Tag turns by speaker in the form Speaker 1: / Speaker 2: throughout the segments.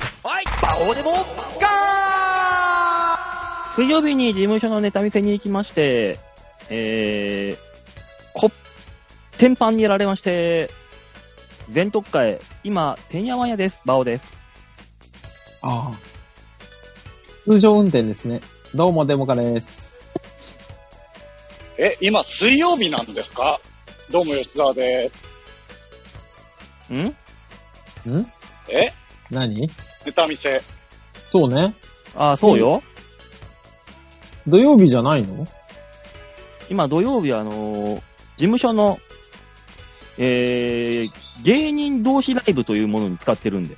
Speaker 1: どうでもガ
Speaker 2: 水曜日に事務所のネタ見せに行きまして、えー、こ、天板にやられまして、全特会、今、てんやわんやです。バオです。
Speaker 3: ああ。通常運転ですね。どうも、デモカです。
Speaker 4: え、今、水曜日なんですかどうも、吉沢です。
Speaker 2: ん
Speaker 3: ん
Speaker 4: え
Speaker 3: 何
Speaker 4: ネタ見せ。
Speaker 3: そうね。
Speaker 2: あー、そうよ。
Speaker 3: 土曜日じゃないの
Speaker 2: 今、土曜日、あのー事務所の、えー、芸人同士ライブというものに使ってるんで。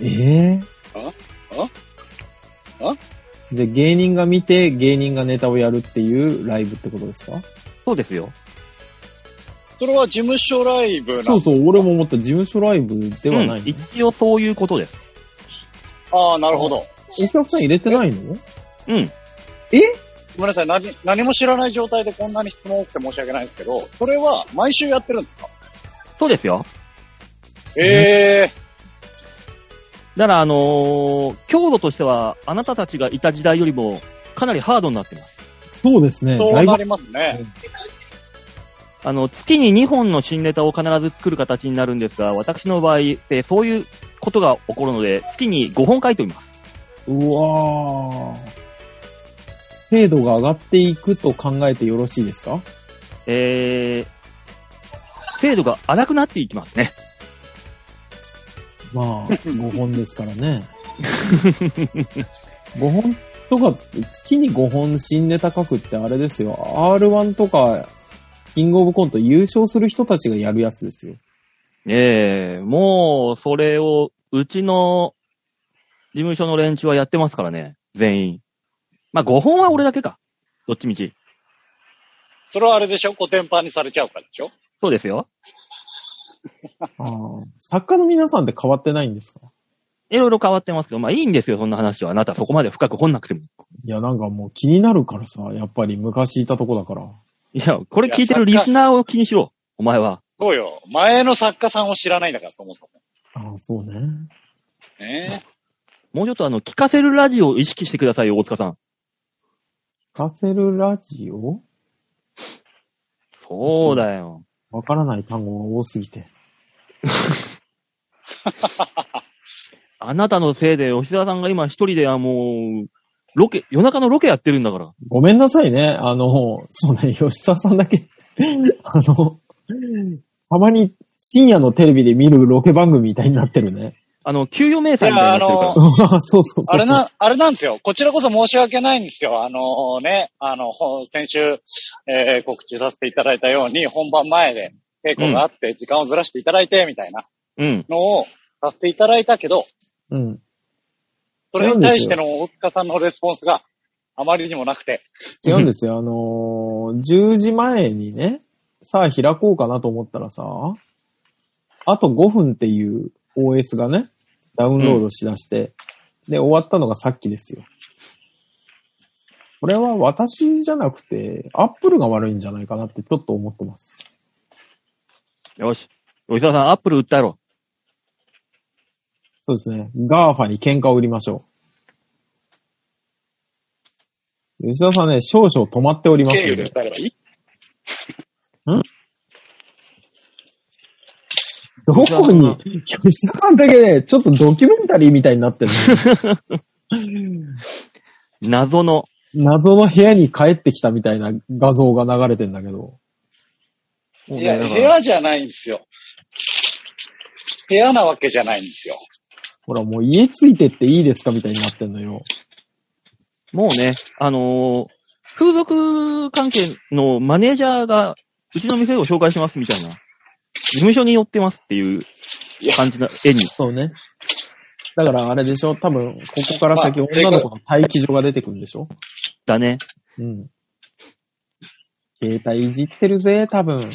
Speaker 3: ええ
Speaker 4: あ
Speaker 3: じゃあ芸人が見て、芸人がネタをやるっていうライブってことですか
Speaker 2: そうですよ。
Speaker 4: それは事務所ライブなん
Speaker 3: そうそう、俺も思った事務所ライブではないの、
Speaker 2: うん、一応そういうことです。
Speaker 4: ああ、なるほど。
Speaker 3: お客さん入れてないの
Speaker 2: うん。
Speaker 3: え
Speaker 4: ごめんなさい。何、何も知らない状態でこんなに質問多くて申し訳ないんですけど、それは毎週やってるんですか
Speaker 2: そうですよ。
Speaker 4: ええ
Speaker 2: だから、あのー強度としては、あなたたちがいた時代よりも、かなりハードになってます。
Speaker 3: そうですね。
Speaker 4: そうなり
Speaker 3: い
Speaker 4: ますね。
Speaker 2: あの、月に2本の新ネタを必ず作る形になるんですが、私の場合、えーそういうことが起こるので、月に5本書いております。
Speaker 3: ぶうわー。精度が上がっていくと考えてよろしいですか
Speaker 2: えー、精度が荒くなっていきますね。
Speaker 3: まあ、5本ですから ね。5本とか、月に5本新ネタ書くってあれですよ。R1 とか、キングオブコント優勝する人たちがやるやつですよ。
Speaker 2: えー、もう、それを、うちの、事務所の連中はやってますからね。全員。まあ、5本は俺だけか。どっちみち。
Speaker 4: それはあれでしょ古典版にされちゃうからでしょ
Speaker 2: そうですよ。
Speaker 3: 作家の皆さんって変わってないんですか
Speaker 2: いろいろ変わってますよ。まあ、いいんですよ、そんな話は。あなたそこまで深く掘んなくても。
Speaker 3: いや、なんかもう気になるからさ、やっぱり昔いたとこだから。
Speaker 2: いや、これ聞いてるリスナーを気にしろ。お前は。
Speaker 4: そうよ。前の作家さんを知らないんだから、そもそも。
Speaker 3: ああ、そうね。
Speaker 4: ね
Speaker 2: もうちょっとあの、聞かせるラジオを意識してくださいよ、大塚さん。
Speaker 3: カセルラジオ
Speaker 2: そうだよ。
Speaker 3: わからない単語が多すぎて。
Speaker 2: あなたのせいで、吉沢さんが今一人で、あもう、ロケ、夜中のロケやってるんだから。
Speaker 3: ごめんなさいね。あの、そうね、吉沢さんだけ、あの、たまに深夜のテレビで見るロケ番組みたいになってるね。
Speaker 2: あの、給与明細みたいになってるから。
Speaker 3: そうそうそ
Speaker 4: あ
Speaker 3: う。
Speaker 4: れな、あれなんですよ。こちらこそ申し訳ないんですよ。あのね、あの、ほ先週、えー告知させていただいたように、本番前で稽古があって、時間をずらしていただいて、みたいな
Speaker 2: うん。
Speaker 4: のをさせていただいたけど、
Speaker 3: うん。
Speaker 4: それに対しての大塚さんのレスポンスがあまりにもなくて、
Speaker 3: 違うんですよ。あのー、10時前にね、さあ開こうかなと思ったらさ、あと5分っていう OS がね、ダウンロードしだして、で、終わったのがさっきですよ。これは私じゃなくて、アップルが悪いんじゃないかなってちょっと思ってます。
Speaker 2: よし。吉沢さん、アップル訴えろ。
Speaker 3: そうですね。ガーファに喧嘩を売りましょう。吉田さんね、少々止まっております
Speaker 4: 経由
Speaker 3: の
Speaker 4: で
Speaker 3: で、
Speaker 4: 伝えればいい
Speaker 3: どこに、吉田さんだけね、ちょっとドキュメンタリーみたいになってる
Speaker 2: 謎の。
Speaker 3: の。謎の部屋に帰ってきたみたいな画像が流れてんだけど。
Speaker 4: いや、部屋じゃないんですよ。部屋なわけじゃないんですよ。
Speaker 3: ほら、もう家ついてっていいですかみたいになってんのよ。
Speaker 2: もうね、あのー風俗関係のマネージャーが、うちの店を紹介しますみたいな。事務所に寄ってますっていう感じの絵に。
Speaker 3: そうね。だからあれでしょ多分、ここから先
Speaker 4: まあ
Speaker 3: 女の子の待機所が出てくるんでしょ
Speaker 2: だね。
Speaker 3: うん。携帯いじってるぜ、多分。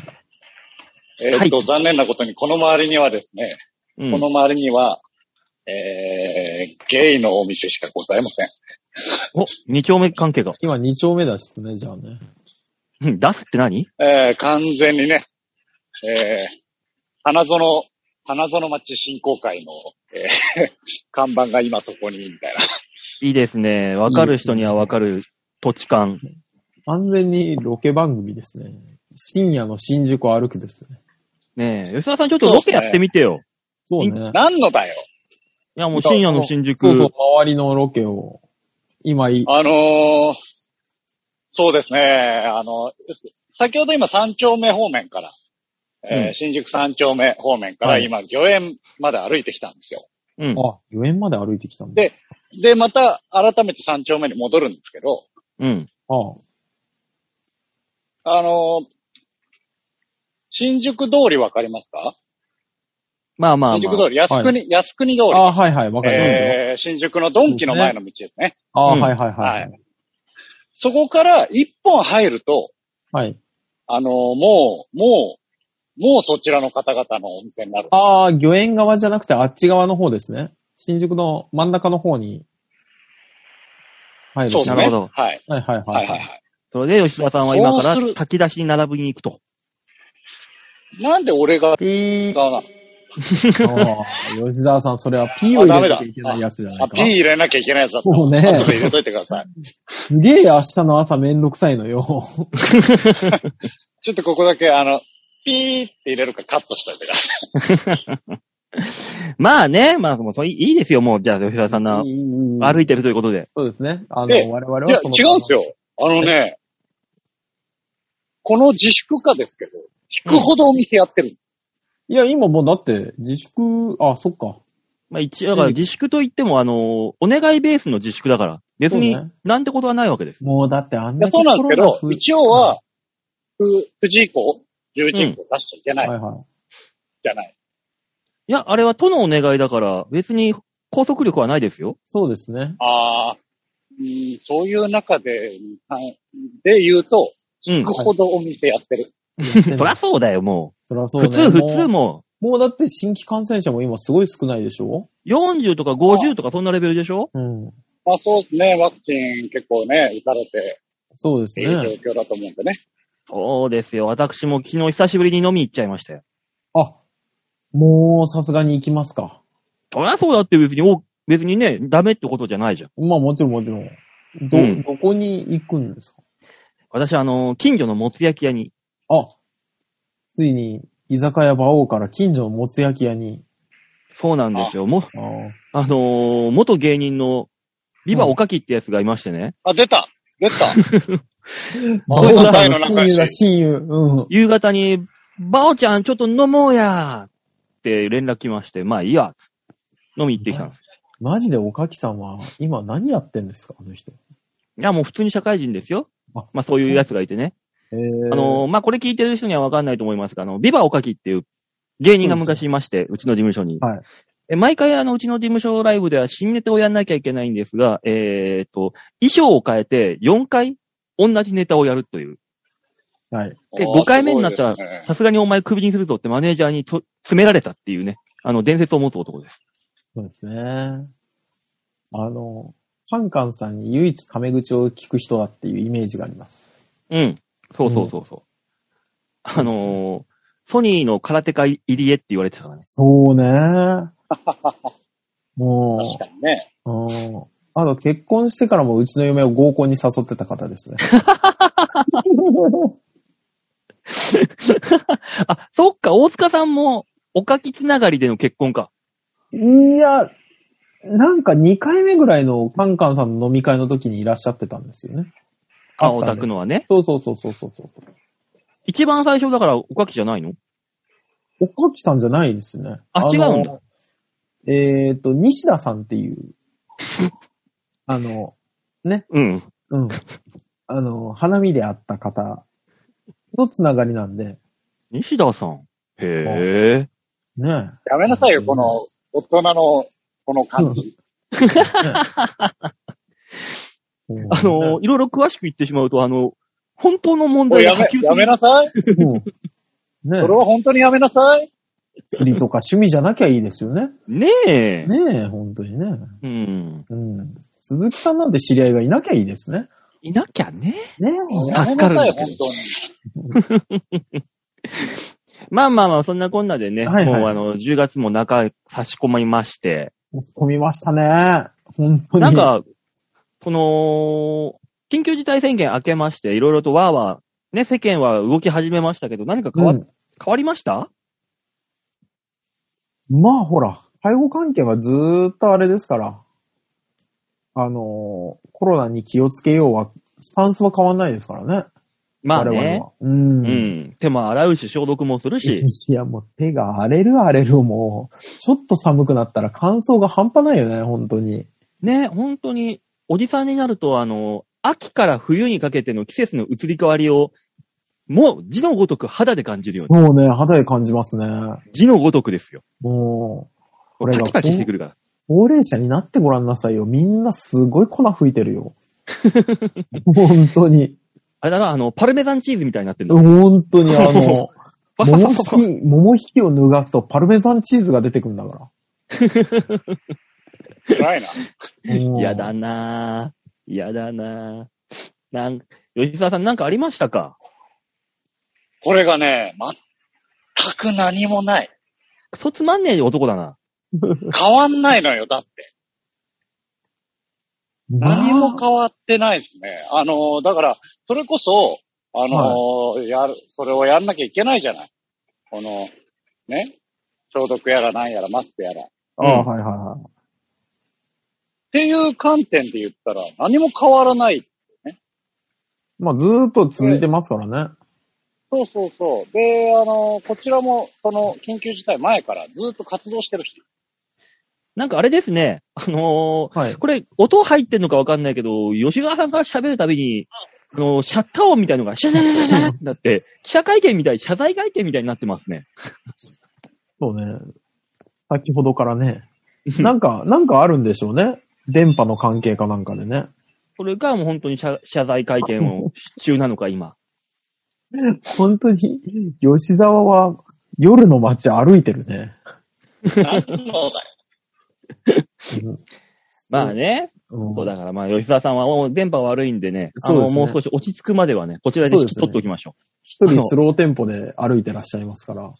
Speaker 4: えーっと、残念なことに、この周りにはですね、
Speaker 2: うん。
Speaker 4: この周りには、えー、ゲイのお店しかございません。
Speaker 2: お、二丁目関係が。
Speaker 3: 今2丁目だしね、じゃあね。
Speaker 2: うん出すって何
Speaker 4: えー、完全にね、えー、花園、花園町振興会の、えー 看板が今そこに、みたいな。
Speaker 2: いいですね。わかる人にはわかる土地感。
Speaker 3: 完全にロケ番組ですね。深夜の新宿を歩くですね。
Speaker 2: ねえ、吉田さんちょっとロケやってみてよ。
Speaker 3: そ うね。
Speaker 4: 何のだよ。
Speaker 2: いや、もう深夜の新宿。
Speaker 3: そうそう、周りのロケを、今い、
Speaker 4: あのー、そうですね、あの、先ほど今三丁目方面から、えー
Speaker 2: うん
Speaker 4: 新宿三丁目方面から
Speaker 2: はい
Speaker 4: 今、御苑まで歩いてきたんですよ。
Speaker 2: うん。
Speaker 3: あ、御苑まで歩いてきたんだ。
Speaker 4: でで、また改めて三丁目に戻るんですけど、
Speaker 2: うん。
Speaker 3: ああ
Speaker 4: あのー新宿通りわかりますか
Speaker 2: まあまあまあ。
Speaker 4: 新宿通り、靖国、靖国通り。
Speaker 3: ああ、はいはい、わかりますよ。
Speaker 4: えー新宿のドンキの前の道ですね。
Speaker 3: ああ、
Speaker 2: うん
Speaker 3: はいはいは
Speaker 4: はい
Speaker 3: い。
Speaker 4: そこから一本入ると、
Speaker 3: はい。
Speaker 4: あのーもう、もう、もうそちらの方々のお店になる。
Speaker 3: ああ、御苑側じゃなくてあっち側の方ですね。新宿の真ん中の方に入る。
Speaker 4: そうです
Speaker 2: な
Speaker 4: ね。
Speaker 2: るほど
Speaker 4: はい。
Speaker 3: はいはい
Speaker 4: は
Speaker 3: はいい。
Speaker 4: はいは
Speaker 3: は、
Speaker 4: いい。
Speaker 2: それで吉田さんは今から
Speaker 4: そうする
Speaker 2: 炊き出しに並びに行くと。
Speaker 4: なんで俺が
Speaker 3: ピー。
Speaker 4: 使うな。
Speaker 3: ああ吉沢さん、それはピーを入れなきゃいけないやつじゃな
Speaker 4: あ、
Speaker 3: い
Speaker 4: P
Speaker 3: か。
Speaker 4: 入れなきゃいけないやつだった。
Speaker 3: そうね
Speaker 4: 後で入れといてください。
Speaker 3: すげえ明日の朝めんどくさいのよ。
Speaker 4: ちょっとここだけ、あの、ピーって入れるかカットしといてください。
Speaker 2: まあね、まあもうそれいいですよ、もう。じゃあ吉田さんの歩
Speaker 3: 歩
Speaker 2: いてるということで。
Speaker 3: そうですね。あ
Speaker 4: え
Speaker 3: の、我々
Speaker 4: いや
Speaker 3: はそ、の。
Speaker 4: 違うんですよ。あのね、この自粛化ですけど、引くほどお店やってる。
Speaker 3: いや、今もうだって、自粛、あ、そっか。
Speaker 2: まあ一応、だから自粛といっても、あの、お願いベースの自粛だから、別に
Speaker 3: そうね
Speaker 2: なんてことはないわけです。
Speaker 3: もうだってあん
Speaker 4: いや
Speaker 3: な
Speaker 4: そうなんですけど、一応は、9時以降、10時以降出しちゃいけない、
Speaker 3: はいは
Speaker 4: じゃない。
Speaker 2: いや、あれは都のお願いだから、別に拘束力はないですよ
Speaker 3: い。。そうですね。
Speaker 4: あーうん、そういう中で、はいで言うと、
Speaker 2: うん
Speaker 4: 引く。ほどお店やってる。
Speaker 2: そりゃそうだよ、も。
Speaker 3: そりゃそううね。
Speaker 2: 普通、普通
Speaker 3: も
Speaker 2: も
Speaker 3: う。もうだって新規感染者も今すごい少ないでしょ
Speaker 2: う、40とか50とかそんなレベルでしょ
Speaker 3: うん。
Speaker 4: まあそうですね、ワクチン結構ね、打たれて、
Speaker 3: そうです
Speaker 4: い
Speaker 3: ね。
Speaker 4: い状況だと思うんでね。
Speaker 2: そうですよ。私も昨日久しぶりに飲み行っちゃいましたよ。
Speaker 3: あ、もうさすがに行きますか。
Speaker 2: そりゃそうだって別に、お別にね、ダメってことじゃないじゃん。
Speaker 3: まあもちろんもちろん。ど、
Speaker 2: うん
Speaker 3: どこに行くんですか
Speaker 2: 私、あの、近所のもつ焼き屋に、
Speaker 3: あ、ついに、居酒屋馬王から近所のもつ焼き屋に。
Speaker 2: そうなんですよ。も、
Speaker 3: あー
Speaker 2: あのー元芸人の、ビバおかきってやつがいましてね、
Speaker 4: あ、出た出た
Speaker 3: 馬
Speaker 4: 王さん
Speaker 3: から
Speaker 4: 大の仲
Speaker 3: 親
Speaker 4: 良し
Speaker 3: 友だ、親友。うん。
Speaker 2: 夕方に、ばおちゃんちょっと飲もうやーって連絡来まして、まあいいや、飲み行ってきたんです。
Speaker 3: マジでおかきさんは、今何やってんですかあの人。
Speaker 2: いや、もう普通に社会人ですよ
Speaker 3: あ。
Speaker 2: まあそういうやつがいてね。
Speaker 3: え
Speaker 2: あのーまあこれ聞いてる人にはわかんないと思いますが、あの、ビバおかきっていう芸人が昔いまして、うちの事務所に。
Speaker 3: はい
Speaker 2: え毎回あの、うちの事務所ライブでは新ネタをやんなきゃいけないんですが、えーっと、衣装を変えて4回同じネタをやるという。
Speaker 3: はい。
Speaker 2: で、
Speaker 4: あー
Speaker 2: 5回目になったら
Speaker 4: すごいですね
Speaker 2: さすがにお前クビにするぞってマネージャーにと詰められたっていうね、あの、伝説を持つ男です。
Speaker 3: そうですね。あの、カンカンさんに唯一タメ口を聞く人だっていうイメージがあります。
Speaker 2: うん。そうそうそうそう。あのーソニーの空手家入江って言われてたからね。
Speaker 3: そう ね。も
Speaker 4: 確かにね。
Speaker 3: う、うん。あと結婚してからもうちの嫁を合コンに誘ってた方です ね。
Speaker 2: あ、そっか、大塚さんも、おかきつながりでの結婚か。
Speaker 3: いや、なんか2回目ぐらいのカンカンさんの飲み会の時にいらっしゃってたんですよね。
Speaker 2: あ、
Speaker 3: あっ
Speaker 2: オ
Speaker 3: た
Speaker 2: タ
Speaker 3: んで
Speaker 2: ク
Speaker 3: す
Speaker 2: のはね。
Speaker 3: そうそうそうそうそうそう。
Speaker 2: 一番最初だから、おかきじゃないの
Speaker 3: おかきさんじゃないですね。
Speaker 2: あ
Speaker 3: の
Speaker 2: 違うんだ。
Speaker 3: えっ、と、西田さんって いう、あの、
Speaker 2: うん。
Speaker 3: うん。あの、花見で会った方のつながりなんで、
Speaker 2: 西田さん。へえ。
Speaker 3: ね
Speaker 4: やめなさいよ、この、大人の、この感じ。
Speaker 3: え。うん
Speaker 2: あのー、いろいろ詳しく言ってしまうと、あの、本当の問
Speaker 4: もう
Speaker 2: 題
Speaker 4: や
Speaker 2: が
Speaker 4: め
Speaker 2: 波、及
Speaker 4: や
Speaker 2: す
Speaker 4: め
Speaker 2: る。
Speaker 4: なさい。
Speaker 3: うん ね
Speaker 4: それは本当にやめなさい。
Speaker 3: 釣りとか趣味じゃなきゃいいですよね。
Speaker 2: ねえ。
Speaker 3: ねえ、本当にね。
Speaker 2: うん。
Speaker 3: うん。鈴木さんなんて知り合いがいなきゃいいですね。
Speaker 2: いなきゃね。
Speaker 3: ね
Speaker 4: やめなさいよ、
Speaker 2: 助かるんだけ
Speaker 4: 本当に。
Speaker 2: まあまあまあ、そんなこんなでね、
Speaker 3: はいはい
Speaker 2: もうあの、10月も中差し込みまして、
Speaker 3: 押し込みましたね。本当に。
Speaker 2: なん、か、この、緊急事態宣言明けまして、いろいろとわーわー、ね、世間は動き始めましたけど、何か変わ、
Speaker 3: うん、
Speaker 2: 変わりました
Speaker 3: まあほら、介護関係はずーっとあれですから、あのーコロナに気をつけようは、スタンスは変わんないですからね。
Speaker 2: まあね
Speaker 3: 我々。は。うん。
Speaker 2: うん。手も洗うし、消毒もするし。
Speaker 3: いや、もう手が荒れる荒れるもう、ちょっと寒くなったら乾燥が半端ないよね、本当に。
Speaker 2: ね、本当に、おじさんになると、あの、秋から冬にかけての季節の移り変わりを、もう字のごとく肌で感じるように。
Speaker 3: もうね、肌で感じますね。
Speaker 2: 字のごとくですよ。
Speaker 3: もう、これ
Speaker 2: パ
Speaker 3: が
Speaker 2: キパキしてくるから。
Speaker 3: 高齢者になってごらんなさいよ。みんなすごい粉吹いて るよ。本当に。
Speaker 2: あれだな、あの、パルメザンチーズみたいになってんだ。
Speaker 3: 本当にあの、
Speaker 2: パパパパパ
Speaker 3: 桃引き、 桃引きを脱がすとパルメザンチーズが出てくるんだか
Speaker 4: 辛いな。
Speaker 3: ら。も う
Speaker 2: やだ。なぁ。やだなぁ。なん、吉沢さんなんかありましたか
Speaker 4: これがね、全く何もない。
Speaker 2: クソつまんねえ男だな。
Speaker 4: 変わんないのよ、だって。何も変わってないですね。あのー、だから、それこそ、あのー、やる、それをやんなきゃいけないじゃない。この、ね、消毒やらなんやら、マスクやら。っ
Speaker 3: ああ、はいはいは
Speaker 4: ていう観点で言ったら、何も変わらない。
Speaker 3: い。まあ、ずーっと続いてますからね。
Speaker 4: そうそうそう。で、あのー、こちらも、その、緊急事態前からずっと活動してる し。
Speaker 2: なんかあれですね。あのー
Speaker 3: はい
Speaker 2: これ、音入ってんのかわかんないけど、吉川さんから喋るたびに、あのーシャッター音みたいのが、シャシャシャシャシャってなって、 記者会見みたい、謝罪会見みたいになってますね。
Speaker 3: そうね。先ほどか らね。なんか、なんかあるんでしょうね。電波の関係かなんかでね。
Speaker 2: それかもう本当に謝謝罪会見を中なのか、今。
Speaker 3: 本当に、吉沢は夜の街歩いてるね。
Speaker 4: なんのだよ。
Speaker 2: まあね、
Speaker 3: うん
Speaker 2: そうだからまあ、吉沢さんはもう電波悪いんでね、あ
Speaker 3: そう
Speaker 2: の
Speaker 3: ですね
Speaker 2: もう少し落ち着くまではね、こちらで
Speaker 3: そう
Speaker 2: 引
Speaker 3: で
Speaker 2: き
Speaker 3: すね
Speaker 2: 取っておきましょ
Speaker 3: 一人スローテンポで歩いてらっしゃいますから。
Speaker 2: う。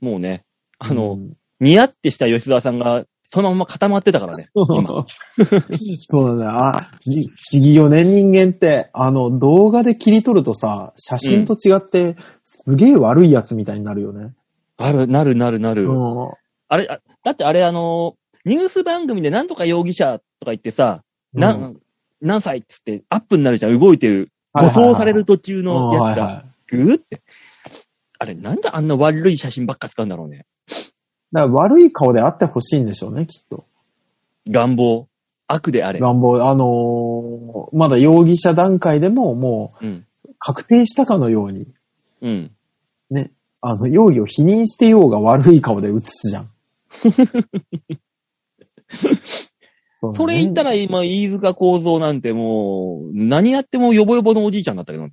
Speaker 2: もうね、あの、
Speaker 3: うん
Speaker 2: ニヤってした吉沢さんが、そのまま固まってたから ね。今
Speaker 3: そうだね。あ、に不思議よね、人間って。あの、動画で切り取るとさ、写真と違って、すげえ悪いやつみたいになるよね。
Speaker 2: ある、なるなるな
Speaker 3: う
Speaker 2: る。
Speaker 3: ん。
Speaker 2: あれ、あだってあれあの、ニュース番組でなんとか容疑者とか言ってさ、な
Speaker 3: うん
Speaker 2: ん、何歳っつってアップになるじゃん、動いてる。護送される途中のやつ
Speaker 3: うんはい
Speaker 2: が、
Speaker 3: はい
Speaker 2: ぐーって。あれ、なんであんな悪い写真ばっか使うんだろうね。
Speaker 3: だから悪い顔であってほしいんでしょうね、きっと。
Speaker 2: 願望。悪であれ。
Speaker 3: 願望、あのーまだ容疑者段階でもも
Speaker 2: うん。
Speaker 3: う確定したかのように、
Speaker 2: うん。
Speaker 3: ね、あの、容疑を否認してようが悪い顔で映す じゃん。うね
Speaker 2: それ言ったら今、飯塚幸三なんてもう、何やってもヨボヨボのおじいちゃんだったけど。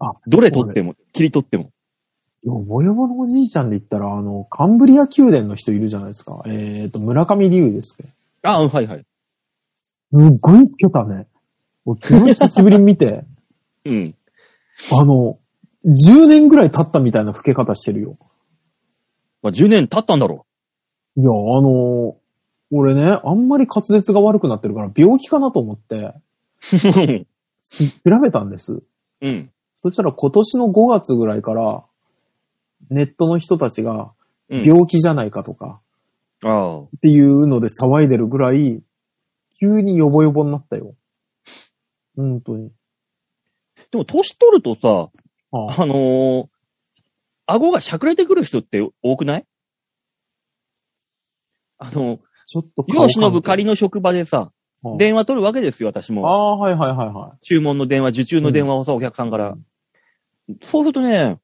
Speaker 3: あ
Speaker 2: どれ撮っても、切り取っても。
Speaker 3: よぼよぼのおじいちゃんで言ったら、あの、カンブリア宮殿の人いるじゃないですか。えーと、村上龍ですね。
Speaker 2: あ、うんはいはい。
Speaker 3: すっごい老けたね。俺、昨日久しぶりに見て、
Speaker 2: うん。
Speaker 3: あの、10年ぐらい経ったみたいな老け方してるよ。
Speaker 2: まあ、10年経ったんだろ
Speaker 3: いや、あの俺ね、あんまり滑舌が悪くなってるから、病気かなと思って、
Speaker 2: う。
Speaker 3: 調べたんです。
Speaker 2: うん。
Speaker 3: そしたら今年の5月ぐらいから、ネットの人たちが、
Speaker 2: うん。
Speaker 3: 病気じゃないかとか、
Speaker 2: ああ。
Speaker 3: っていうので騒いでるぐらい、急にヨボヨボになったよ。本当に。
Speaker 2: でも、年取るとさ、
Speaker 3: ああ
Speaker 2: あのー顎がしゃくれてくる人って多くないあの、
Speaker 3: ちょっと
Speaker 2: 世を忍ぶ
Speaker 3: り
Speaker 2: 仮の職場でさ、電話取るわけですよ、私
Speaker 3: あ
Speaker 2: も。
Speaker 3: あ、はいはいはいは
Speaker 2: 注文の電話、受注の電話をさ、お客さんから
Speaker 3: う。
Speaker 2: そうするとね、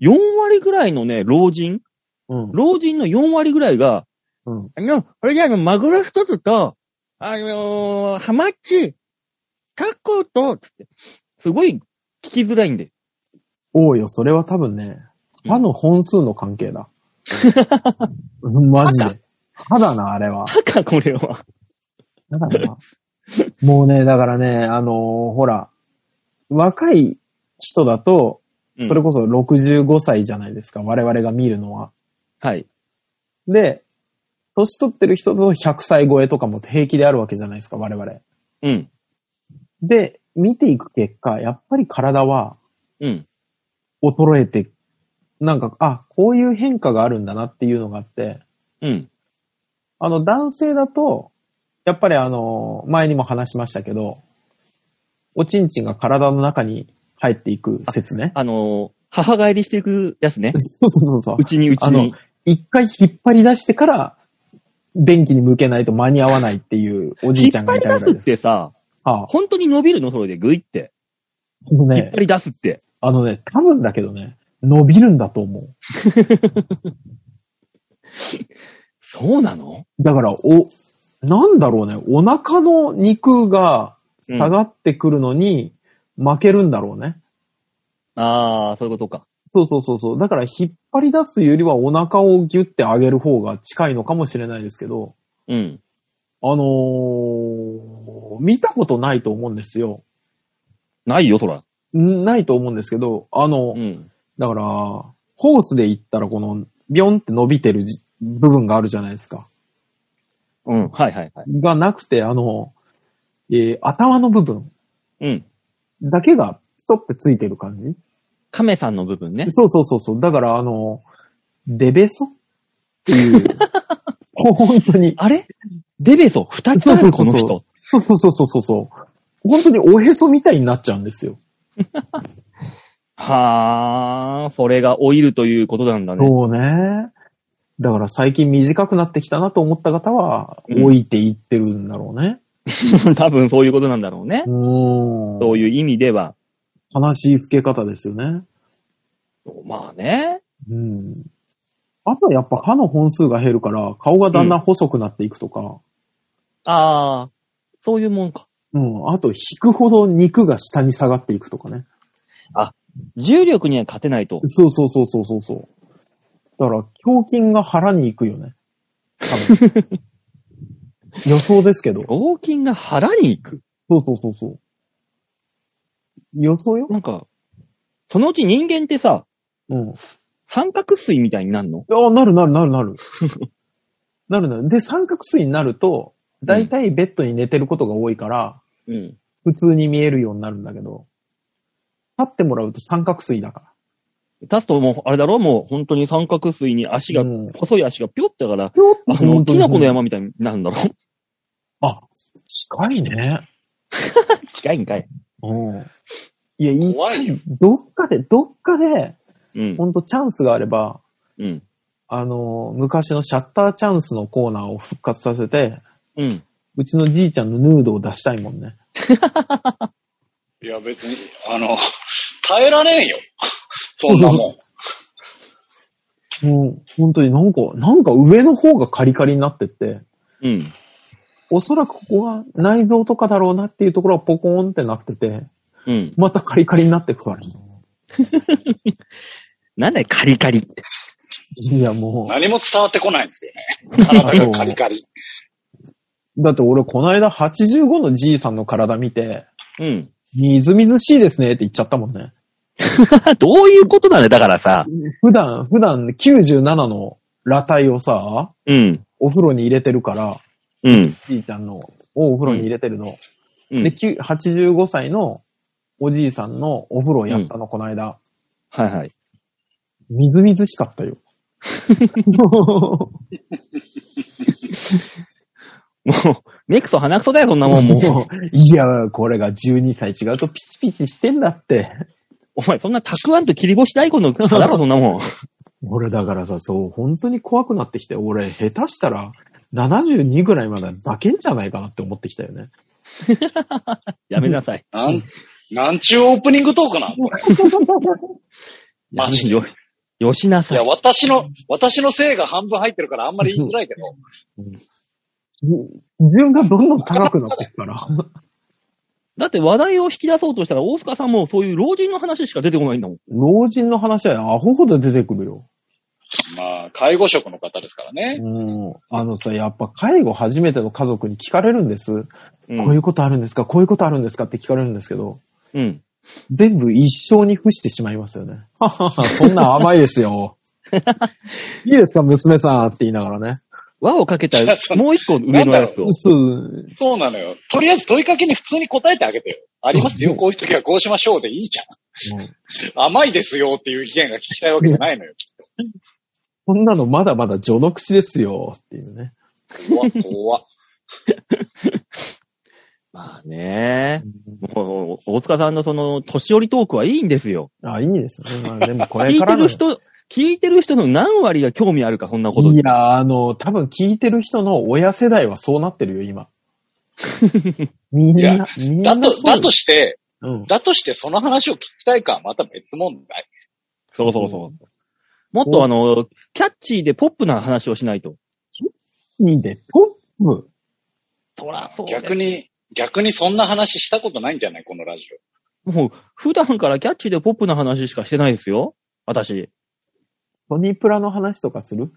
Speaker 2: 4割ぐらいのね、老人、
Speaker 3: い。うん。
Speaker 2: 老人の4割ぐらいが、
Speaker 3: うん。
Speaker 2: あの、これじゃあの、マグロ一つと、あのー、ハマチ、タコと、つって、すごい聞きづらいん で。
Speaker 3: おうよ、それは多分ね、
Speaker 2: うん
Speaker 3: 歯の本数の関 係だ。うんマジで。歯だな、あれは。
Speaker 2: バカ、これは。
Speaker 3: だからな。もうね、だからね、あのーほら、若い人だと、
Speaker 2: うん
Speaker 3: それこそ65歳じゃないですか、我々が見るのは。
Speaker 2: はい。
Speaker 3: で、年取ってる人と100歳超えとかも平気であるわけじゃないですか、我々。
Speaker 2: うん。
Speaker 3: で、見ていく結果、やっぱり体は
Speaker 2: うん。
Speaker 3: 衰えて、なんか、あ、こういう変化があるんだなっていうのがあって、
Speaker 2: うん。
Speaker 3: あの、男性だと、やっぱりあの、前にも話しましたけど、おちんちんが体の中に入っていく説ね。。
Speaker 2: あのー母帰りしていくやつね
Speaker 3: そうそうそうそう
Speaker 2: う。ちにうち
Speaker 3: あの
Speaker 2: に。、
Speaker 3: 一回引っ張り出してから、便器に向けないと間に合わないっていうおじ
Speaker 2: 引
Speaker 3: い
Speaker 2: っ
Speaker 3: ちゃんが
Speaker 2: 張
Speaker 3: い
Speaker 2: り
Speaker 3: たぐらい
Speaker 2: 出す
Speaker 3: で
Speaker 2: って
Speaker 3: す。
Speaker 2: さ、
Speaker 3: はあ、
Speaker 2: 本当に伸びるのそれでグイって。
Speaker 3: あの
Speaker 2: 引っ
Speaker 3: ね
Speaker 2: 張、り出すって。
Speaker 3: あのね、多分だけどね、伸びるんだと思う。
Speaker 2: そうなの
Speaker 3: だから、お、なんだろうね、お腹の肉が
Speaker 2: うん
Speaker 3: 下がってくるのに負けるんだろうね。
Speaker 2: ああ、そういうことか。
Speaker 3: そうそうそうそう。だから引っ張り出すよりはお腹をギュッて上げる方が近いのかもしれないですけど、
Speaker 2: うん。
Speaker 3: あのー、見たことないと思うんですよ。
Speaker 2: ないよ、そら。
Speaker 3: んないと思うんですけど、あの、
Speaker 2: うん。
Speaker 3: だから、ホースで言ったらこの、ビョンって伸びてるじ部分があるじゃないですか。
Speaker 2: うん。はいはいはい。
Speaker 3: がなくて、あの、えー頭の部分
Speaker 2: うん。
Speaker 3: だけが、ピトってついてる感じ
Speaker 2: 亀さんの部分ね。
Speaker 3: そうそうそうそう。だから、あの、デベソって いう。本当に。
Speaker 2: あれデベソ、二つある、この
Speaker 3: そ
Speaker 2: 人。
Speaker 3: そうそうそうそうそう。本当におへそみたいになっちゃうんですよ。
Speaker 2: はあ、それが老いるということなんだね。
Speaker 3: そうね。だから最近短くなってきたなと思った方は、
Speaker 2: うん
Speaker 3: 置いていってるんだろうね。
Speaker 2: 多分そういうことなんだろうね。
Speaker 3: うん。
Speaker 2: そういう意味では。
Speaker 3: 悲しい老け方ですよね。
Speaker 2: まあね。
Speaker 3: うん。あとはやっぱ歯の本数が減るから、顔がだんだん細くなっていくとか、
Speaker 2: ああ、そういうもんか。
Speaker 3: うん、あと引くほど肉が下に下がっていくとかね。
Speaker 2: 重力には勝てないと。
Speaker 3: そうそうそうそうそうそう。だから、胸筋が腹に行くよね。多分 予想ですけど。
Speaker 2: 合金が腹に行く。
Speaker 3: そうそうそうそう。予想よ
Speaker 2: なんか、そのうち人間ってさ、
Speaker 3: うん。
Speaker 2: 三角錐みたいになるの
Speaker 3: あなるなるなるなる。なるなる。で、三角錐になると、だいたいベッドに寝てることが多いから、
Speaker 2: うん。
Speaker 3: 普通に見えるようになるんだけど、立ってもらうと三角錐だか
Speaker 2: 立つともう、あれだろもう本当に三角錐に足が、
Speaker 3: うん
Speaker 2: 細い足がピョってだから、
Speaker 3: ら。
Speaker 2: あの、キノコの山みたいになるんだろ
Speaker 3: あ、近いね。
Speaker 2: 近いんかい。
Speaker 3: うん。いや、い
Speaker 4: 怖いよ。
Speaker 3: どっかで、どっかで、
Speaker 2: うん。
Speaker 3: ほんとチャンスがあれば、
Speaker 2: うん。
Speaker 3: あの、昔のシャッターチャンスのコーナーを復活させて、
Speaker 2: うん。
Speaker 3: うちのじいちゃんのヌードを出したいもんね。
Speaker 4: いや、別に、あの、耐えられんよ。そんなもん。
Speaker 3: うん、本当になんか、なんか上の方がカリカリになってって、
Speaker 2: うん。
Speaker 3: おそらくここが内臓とかだろうなっていうところはポコーンってなってて、
Speaker 2: うん。
Speaker 3: またカリカリになってくから。
Speaker 2: なんだよ、カリカリって。
Speaker 3: いや、もう。
Speaker 4: 何も伝わってこないんですよね。体がカリカリ。
Speaker 3: だって俺、この間85のじいさんの体見て、
Speaker 2: うん。
Speaker 3: みずみずしいですねって言っちゃったもんね。
Speaker 2: どういうことなんだよ、だからさ。
Speaker 3: 普段、普段97の裸体をさ、
Speaker 2: うん。
Speaker 3: お風呂に入れてるから、
Speaker 2: うん。
Speaker 3: じいちゃんの、をお風呂に入れてるの。
Speaker 2: うん
Speaker 3: で、きゅ85歳のおじいさんのお風呂をやったの、この間。
Speaker 2: はい はい。
Speaker 3: みずみずしかったよ。
Speaker 2: もう、目くそ鼻くそだよ、そんなもん、もう。
Speaker 3: いや、これが12歳違うとピチピチしてんだって。
Speaker 2: お前、そんなたくあんと切り干し大根の差だろ、そんなもん。
Speaker 3: 俺だからさ、そう、本当に怖くなってきて、俺、下手したら、72ぐらいまで化けんじゃないかなって思ってきた よね。
Speaker 2: やめな さい。
Speaker 4: なん、なんちゅうオープニングトークなんこれ。マジ
Speaker 2: よ、よしないさ
Speaker 4: や、
Speaker 2: い。
Speaker 4: 私の、私の性が半分入ってるからあんまり言いづらいけど。
Speaker 3: 順がどんどん高くなってくから。
Speaker 2: だって話題を引き出そうとしたら、大塚さんもそういう老人の話しか出てこないんだもん。
Speaker 3: 老人の話はアホほど出てくるよ。
Speaker 4: まあ、介護職の方ですからね。
Speaker 3: うん。あのさ、やっぱ介護初めての家族に聞かれるんです。
Speaker 2: う
Speaker 3: こうい
Speaker 2: ん。
Speaker 3: うことあるんですかこういうことあるんですかって聞かれるんですけど、
Speaker 2: うん。
Speaker 3: 全部一生に付してしまいます よね。ははは、そんなん甘いですよ。いいですか、娘さんって言いながらね。
Speaker 2: 輪をかけ た、もう一個上のやつを。
Speaker 3: そう、
Speaker 4: そうなのよ。とりあえず問いかけに普通に答えてあげてよ。ありますよ、こういう時はこうしましょうでいいじゃん。
Speaker 3: うん
Speaker 4: 甘いですよっていう意見が聞きたいわけじゃないのよ。
Speaker 3: こんなのまだまだ序の口ですよ、っていうね。
Speaker 4: 怖っ怖っ。
Speaker 2: まあねもう大塚さんのその、年寄りトークはいいんですよ。
Speaker 3: あ、いいですね。まあ、でもこ
Speaker 2: 聞
Speaker 3: れ
Speaker 2: い
Speaker 3: か
Speaker 2: て
Speaker 3: らの
Speaker 2: る人、聞いてる人の何割が興味あるか、そんなこと
Speaker 3: い
Speaker 2: に。
Speaker 3: や、あの、多分聞いてる人の親世代はそうなってるよ、今。みん
Speaker 4: いや
Speaker 3: な、みんな
Speaker 4: だと、
Speaker 3: そうよ
Speaker 4: だとして、
Speaker 3: うん。
Speaker 4: だとしてその話を聞きたいかはまた別問題。
Speaker 2: そうそうそう。もっとあの、キャッチーでポップな話をしないと。
Speaker 3: いいで、トップ。
Speaker 2: そらそうだよ
Speaker 4: 逆に、逆にそんな話したことないんじゃないこのラジ
Speaker 2: もう、普段からキャッチーでポップな話しかしてないですよ。私。
Speaker 3: ソニプラの話とかする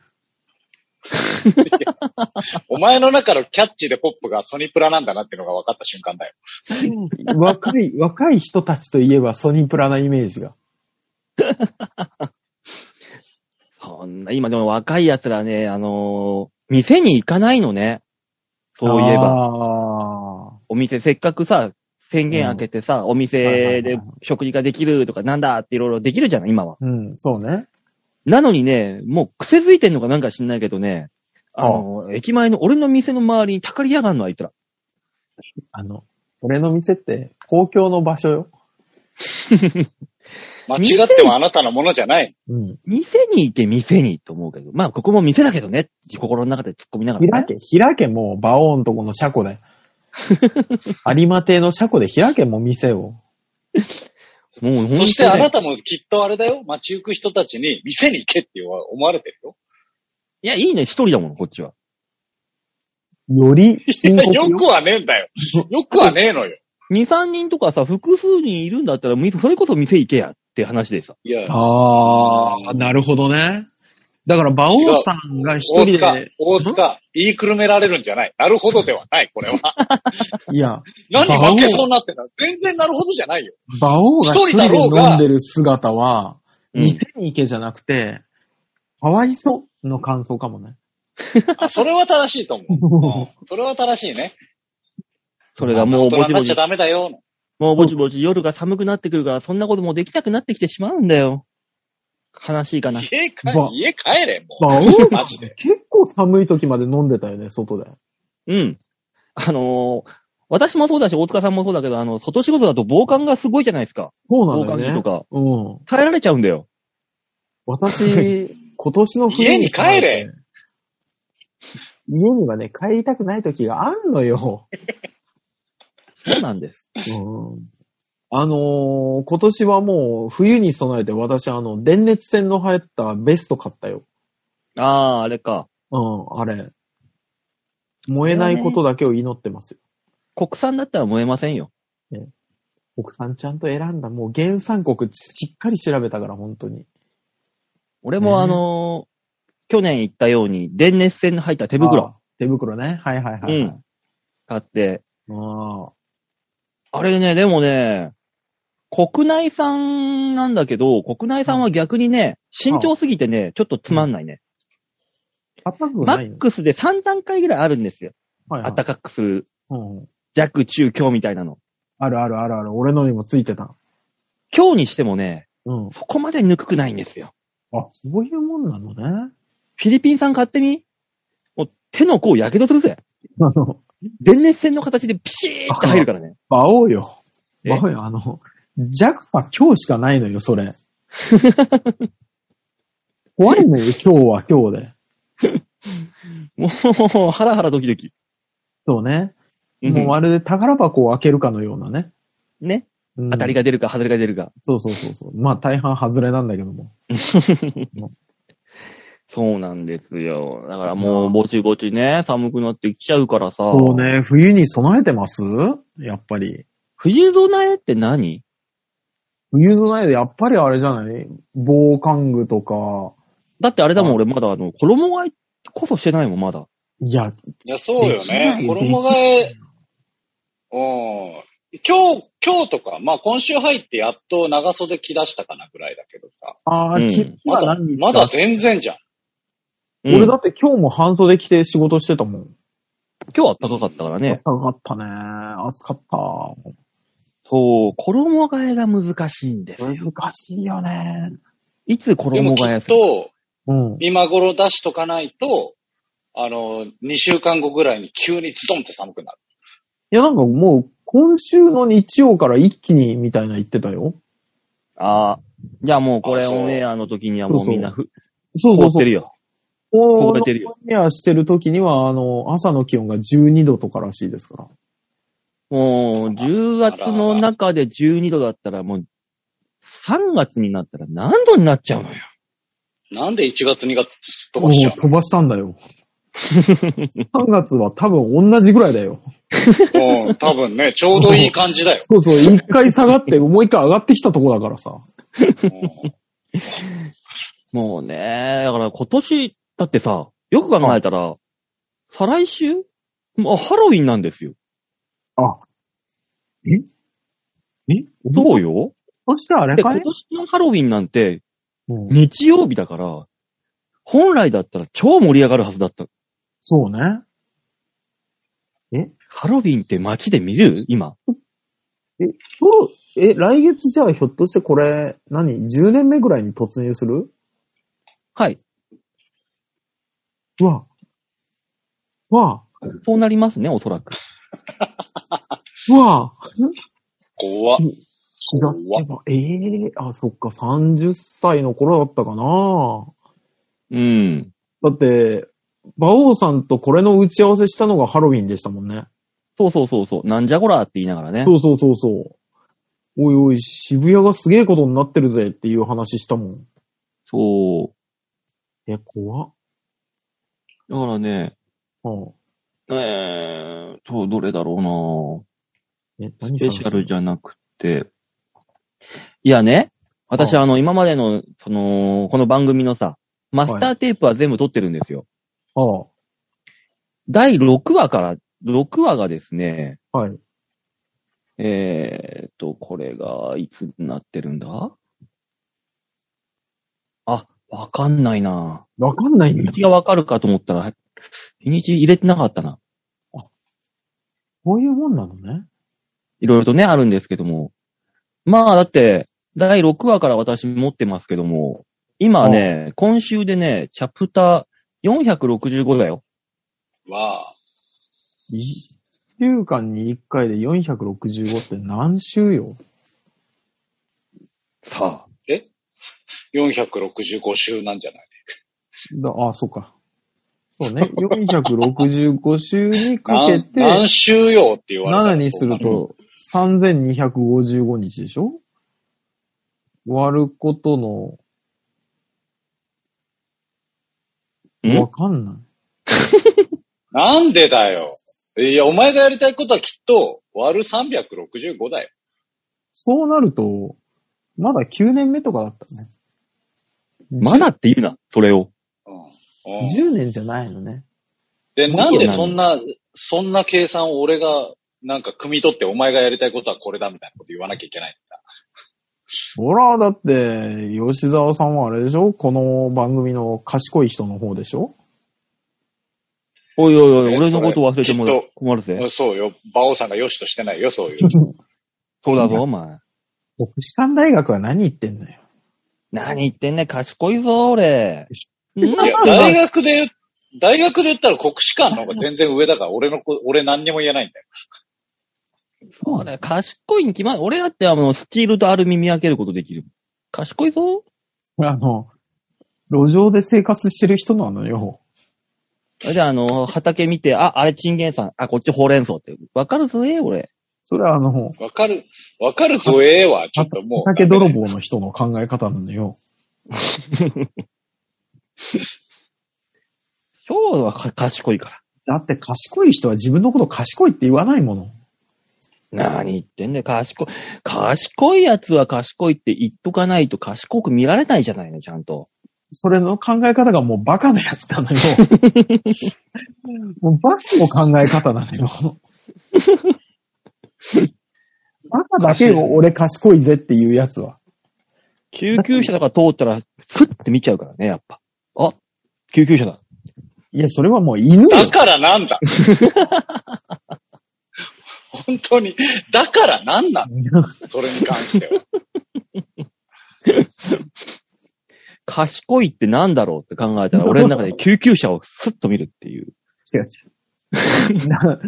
Speaker 4: オ。お前の中のキャッチでポップがソニプラなんだなっていうのが分かった瞬間だよ。
Speaker 3: 若い、若い人たちといえばソニプラなイメージが。
Speaker 2: そんな、今でも若い奴らね、あのー店に行かないのね。そういえば。
Speaker 3: ば。
Speaker 2: お店、せっかくさ、宣言開けてさ、お
Speaker 3: はいはいは
Speaker 2: 店
Speaker 3: いは
Speaker 2: で
Speaker 3: い
Speaker 2: 食事ができるとかなんだっていろいろできるじゃない、今は。
Speaker 3: うん、そうね。
Speaker 2: なのにね、もう癖づいてんのかなんか知んないけどね、あのー駅前の俺の店の周りにたかりやがんの、あいつら。
Speaker 3: あの、俺の店って公共の場所よ。
Speaker 4: 間違ってもあなたのものじゃない。
Speaker 3: うん。
Speaker 2: 店に行け、店に、と思うけど。まあ、ここも店だけどね、心の中で突っ込みながら、
Speaker 3: 開
Speaker 2: ね。
Speaker 3: け、開けもう、馬王んとこの車庫で。有馬亭の車庫で開けもう店を。
Speaker 2: もう本当にね
Speaker 4: そしてあなたもきっとあれだよ。街行く人たちに店に行けって思われてるよ。
Speaker 2: いや、いいね、一人だもん、こっちは。
Speaker 3: より深刻
Speaker 4: よく
Speaker 3: よ。
Speaker 4: はねえんだよ。よくはねえのよ。
Speaker 2: 二、三人とかさ、複数人いるんだったら、みそれこそ店行けや、って話でさ。
Speaker 4: いや、
Speaker 3: あー、なるほどね。だから、馬王さんが一
Speaker 4: 大
Speaker 3: 人
Speaker 4: 塚
Speaker 3: で、、
Speaker 4: 大塚、言いくるめられるんじゃない。なるほどではない、これは。
Speaker 3: いや、
Speaker 4: 何負けそうになってた全然なるほどじゃないよ。
Speaker 3: 馬王が一人で飲んでる姿は、
Speaker 2: うん
Speaker 3: 店に行けじゃなくて、かわいそうの感想かもね。
Speaker 4: あそれは正しいと思う。うんそれは正しいね。
Speaker 2: それがもう
Speaker 4: 大
Speaker 2: ぼ
Speaker 4: 人
Speaker 2: ち
Speaker 4: になっ
Speaker 2: ぼ
Speaker 4: ちゃ
Speaker 2: ち、
Speaker 4: ダメだよ。
Speaker 2: もうぼちぼち夜が寒くなってくるから、そんなこともできなくなってきてしまうんだよ。悲しいかな。
Speaker 4: 家帰
Speaker 3: ば、
Speaker 4: 家帰れ、も
Speaker 3: 馬王さん
Speaker 4: う。マジで。
Speaker 3: 結構寒い時まで飲んでたよね、外で。
Speaker 2: うん。あのー私もそうだし、大塚さんもそうだけど、あの、外仕事だと防寒がすごいじゃないですか。
Speaker 3: そう
Speaker 2: 防
Speaker 3: なん
Speaker 2: 寒
Speaker 3: だ
Speaker 2: 着
Speaker 3: よ
Speaker 2: と
Speaker 3: ね。
Speaker 2: か。
Speaker 3: うん。
Speaker 2: 耐えられちゃうんだよ。
Speaker 3: 私、今年の冬備
Speaker 4: 家
Speaker 3: えて
Speaker 4: に
Speaker 3: 家にはね、帰りたくない時があんのよ。
Speaker 2: そうなんです。
Speaker 3: うんあのー今年はもう冬に備えて私、あの、電熱線の入ったベスト買ったよ。
Speaker 2: あー、あれか。
Speaker 3: うん、あれ。燃えないことだけを祈ってますよ。
Speaker 2: 国産だったら燃えませんよ。
Speaker 3: 国産ちゃんと選んだ、もう原産国しっかり調べたから、本当に。
Speaker 2: 俺もあのー去年言ったように、電熱線の入った手袋
Speaker 3: あ。手袋ね。はいはいはい、はい。
Speaker 2: 買って、
Speaker 3: ああ。
Speaker 2: あれね、でもね、国内産なんだけど、国内産は逆にね、慎重すぎてね、ちょっとつまんないね。
Speaker 3: 暖かく
Speaker 2: マ
Speaker 3: ないの
Speaker 2: ックスで3段階ぐらいあるんですよ。
Speaker 3: はいはい
Speaker 2: 暖かくする。
Speaker 3: うん。
Speaker 2: 弱、中、強みたいなの。
Speaker 3: あるあるあるある。俺のにもついてた。
Speaker 2: 強にしてもね、
Speaker 3: うん。
Speaker 2: そこまでぬくくないんですよ。
Speaker 3: あ、そういうもんなの ね。
Speaker 2: フィリピン産買ってみもう手の甲やけどするぜ。
Speaker 3: あの、
Speaker 2: 電熱線の形でピシーって入るからね。
Speaker 3: 馬王よ。
Speaker 2: え
Speaker 3: 馬王よ、あの、弱は今日しかないのよ、それ。怖いのよ、今日は今日で。
Speaker 2: もう、ハラハラドキドキ。
Speaker 3: そうね。
Speaker 2: うん
Speaker 3: もうまるで宝箱を開けるかのようなね。
Speaker 2: ね。
Speaker 3: うん
Speaker 2: 当たり。が出るか、外れが出るか。
Speaker 3: そうそうそうそう。まあ大半外れなんだけども。
Speaker 2: そうなんですよ。だからもう、ぼちぼちね、寒くなってきちゃうからさ。
Speaker 3: そうね、冬に備えてますやっぱり。
Speaker 2: 冬備えって何
Speaker 3: 冬のないで、やっぱりあれじゃない防寒具とか。
Speaker 2: だってあれだもん、
Speaker 3: あ
Speaker 2: 俺まだあの、衣替えこそしてないもん、まだ。
Speaker 3: いや、
Speaker 4: いや、そうよね。
Speaker 3: できない
Speaker 4: 衣替え、うん。今日、今日とか、まあ今週入ってやっと長袖着出したかなぐらいだけどさ。
Speaker 3: ああ、
Speaker 2: うん
Speaker 3: 昨日
Speaker 4: ま
Speaker 3: は
Speaker 4: だ、
Speaker 3: 何日か
Speaker 4: まだ全然じゃん。
Speaker 2: うん
Speaker 3: 俺だって今日も半袖着て仕事してたもん。
Speaker 2: 今日は暖かかったからね。
Speaker 3: 高かったね。暑かった。
Speaker 2: そう、衣替えが難しいんですよ。
Speaker 3: 難しいよね。
Speaker 2: いつ
Speaker 4: で
Speaker 2: 衣
Speaker 4: もき
Speaker 2: 替え
Speaker 4: っ
Speaker 2: する
Speaker 4: と、
Speaker 3: うん。
Speaker 4: 今頃出しとかないと、あの、2週間後ぐらいに急にズドンって寒くなる。
Speaker 3: いや、なんかもう、今週の日曜から一気にみたいな言ってたよ。
Speaker 2: ああ。じゃあもうこれをね、
Speaker 4: あ
Speaker 2: あの時にはもうみんなふ、
Speaker 3: そう
Speaker 2: 凍ってるよ。凍
Speaker 3: 凍
Speaker 2: ってるよ。
Speaker 3: ニアしてる時には、あの、朝の気温が12度とからしいですから。
Speaker 2: もう、10月の中で12度だったらもう、3月になったら何度になっちゃうのよ。
Speaker 4: なんで1月2月飛ばしちゃ
Speaker 3: もう飛ばしたんだよ。3月は多分同じぐらいだよ。
Speaker 4: うのうん、多分ね、ちょうどいい感じだよ。
Speaker 3: そうそう、一回下がって、もう一回上がってきたとこだからさ。
Speaker 4: うん
Speaker 2: もうね、だから今年、だってさ、よく考えたら、再来週もうハロウィンなんですよ。
Speaker 3: あ。
Speaker 2: えそうよ。
Speaker 3: そしたらあ
Speaker 2: で、今年のハロウィンなんて、
Speaker 3: うん
Speaker 2: 日曜日だから、本来だったら超盛り上がるはずだった。
Speaker 3: そうね。
Speaker 2: ハロウィンって街で見る今。
Speaker 3: そう、え、来月じゃあひょっとしてこれ、何 ?10 年目ぐらいに突入する
Speaker 2: はい。
Speaker 3: うわ。うわ。
Speaker 2: そうなりますね、おそらく。
Speaker 3: うわ。
Speaker 4: 怖っ
Speaker 3: うん。
Speaker 4: 怖っ
Speaker 3: ええあ、そっか、30歳の頃だったかな。
Speaker 2: うん。
Speaker 3: だって、馬王さんとこれの打ち合わせしたのがハロウィンでしたもんね。
Speaker 2: そうそうそうそう。なんじゃこらって言いながらね。
Speaker 3: そうそうそうそう。おいおい、渋谷がすげえことになってるぜっていう話したもん。
Speaker 2: そ
Speaker 3: え、怖っ。
Speaker 2: う。だからね、
Speaker 3: ああ
Speaker 2: えー、そう、どれだろ
Speaker 3: え、
Speaker 2: うな
Speaker 3: 何
Speaker 2: ス
Speaker 3: さ
Speaker 2: ペシャルじゃなくて。いやね、私、
Speaker 3: う
Speaker 2: あの、今までの、その、この番組のさ、マスターテープは全部撮ってるんですよ。
Speaker 3: ああ、
Speaker 2: 第6話から、6話がですね、
Speaker 3: はい。
Speaker 2: えーっと、これが、いつになってるんだあ、わかんないな
Speaker 3: わかんないん
Speaker 2: 日
Speaker 3: だ
Speaker 2: に。ちがわかるかと思ったら、日にち入れてなかったな。
Speaker 3: こういうもんなのね。
Speaker 2: いろいろとね、あるんですけども。まあ、だって、第6話から私持ってますけども、今ね、今週でね、チャプター465だよ。
Speaker 4: わあ。
Speaker 3: 一週間に一回で465って何週よ。
Speaker 2: さあ。
Speaker 4: え ?465 週なんじゃない
Speaker 3: だああ、そうか。そうね。465週にかけ
Speaker 4: 何
Speaker 3: て、
Speaker 4: 何週よって言われたら
Speaker 3: 7にする
Speaker 4: そう
Speaker 3: と、3255日でしょ割ることの、わかんない。
Speaker 4: なるなんでだよ。いや、お前がやりたいことはきっと、割る365だよ。
Speaker 3: そうなると、まだ9年目とかだったね。
Speaker 2: まだって言うな、それを。
Speaker 4: うんうん
Speaker 3: 10年じゃないのね。
Speaker 4: で、
Speaker 2: もっ
Speaker 4: な
Speaker 2: と
Speaker 4: んでそんな、そんな計算を俺が、なんか、汲み取って、お前がやりたいことはこれだみたいなこと言わなきゃいけないんだ。
Speaker 3: ほら、だって、吉沢さんはあれでしょこの番組の賢い人の方でしょ
Speaker 2: おいおいおい、
Speaker 4: え
Speaker 2: 俺のこと忘れてもら
Speaker 4: きっ
Speaker 2: う困るぜ。
Speaker 4: そうよ。馬王さんが良しとしてないよ、そう いう。
Speaker 2: そうだぞ、お前。
Speaker 3: 国士舘大学は何言ってんのよ。
Speaker 2: 何言ってんねん、賢いぞ、俺。ん
Speaker 4: い
Speaker 2: な
Speaker 4: や、大学で言う、大学で言ったら国士官の方が全然上だから、俺のこ、俺何にも言えないんだよ。
Speaker 2: そうだよ、賢いに決まる。俺だって、あの、スチールとアルミ見分けることできる。賢いぞ。
Speaker 3: あの、路上で生活してる人なのよ。
Speaker 2: それで、あの、畑見て、あ、あれチンゲンさん、あ、こっちほうれん草って。わかるぜ、俺。
Speaker 3: それはあの、
Speaker 4: わかる、わかるぞ、ええわ、ちょっともう。
Speaker 3: 酒泥棒の人の考え方なのよ。
Speaker 2: 今日はか賢いか
Speaker 3: だって賢い人は自分のこと賢いって言わないもの。
Speaker 2: ら。何言ってんだよ、賢い。賢いやつは賢いって言っとかないと賢く見られないじゃないの、ちゃんと。
Speaker 3: それの考え方がもうバカなやつなのよ。もうバカの考え方なのよ。バカだけを俺賢いぜっていうやつは。
Speaker 2: 救急車とか通ったら、ふって見ちゃうからね、やっぱ。あ、救急車だ。
Speaker 3: いや、それはもう犬
Speaker 4: だ
Speaker 3: よ。
Speaker 4: からなんだ本当に。だからなんなんそれに関しては。
Speaker 2: 賢いってなんだろうって考え たら、俺の中で救急車をスッと見るっていう。
Speaker 3: 違う違う。な、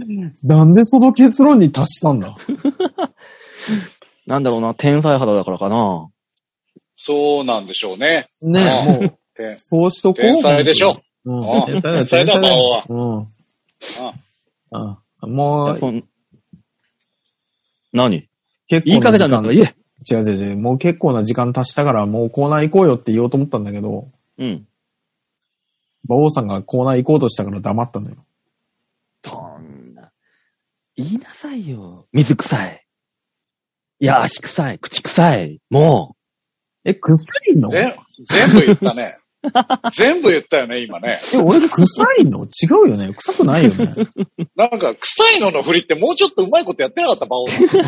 Speaker 3: なんでその結論に達したんだ
Speaker 2: なんだろうな、天才肌だからかな。
Speaker 4: そうなんでしょうね。
Speaker 3: ね
Speaker 4: ああ
Speaker 3: え、もう、
Speaker 4: 天
Speaker 3: そうしとこう。
Speaker 4: 天才でしょ。
Speaker 3: う
Speaker 4: ああ
Speaker 3: ん。
Speaker 4: 天才だ、馬王は。
Speaker 3: うん。
Speaker 4: あ
Speaker 3: ああもう、
Speaker 2: そん何
Speaker 3: 結
Speaker 2: 言いかけたんだ
Speaker 3: な
Speaker 2: から言え。
Speaker 3: 違う違う違う。もう結構な時間足したから、もうコーナー行こうよって言おうと思ったんだけど、
Speaker 2: うん。
Speaker 3: 馬王さんがコーナー行こうとしたから黙ったのよ。
Speaker 2: そんな。言いなさいよ。水臭い。いや、足臭い。口臭い。も
Speaker 3: え、臭いのえ、
Speaker 4: ぜ全部言ったね。全部言ったよね、今ね。
Speaker 3: 俺臭いの違うよね。臭くないよね。
Speaker 4: なんか、臭いのの振りってもうちょっとうまいことやってなかった、馬王さん。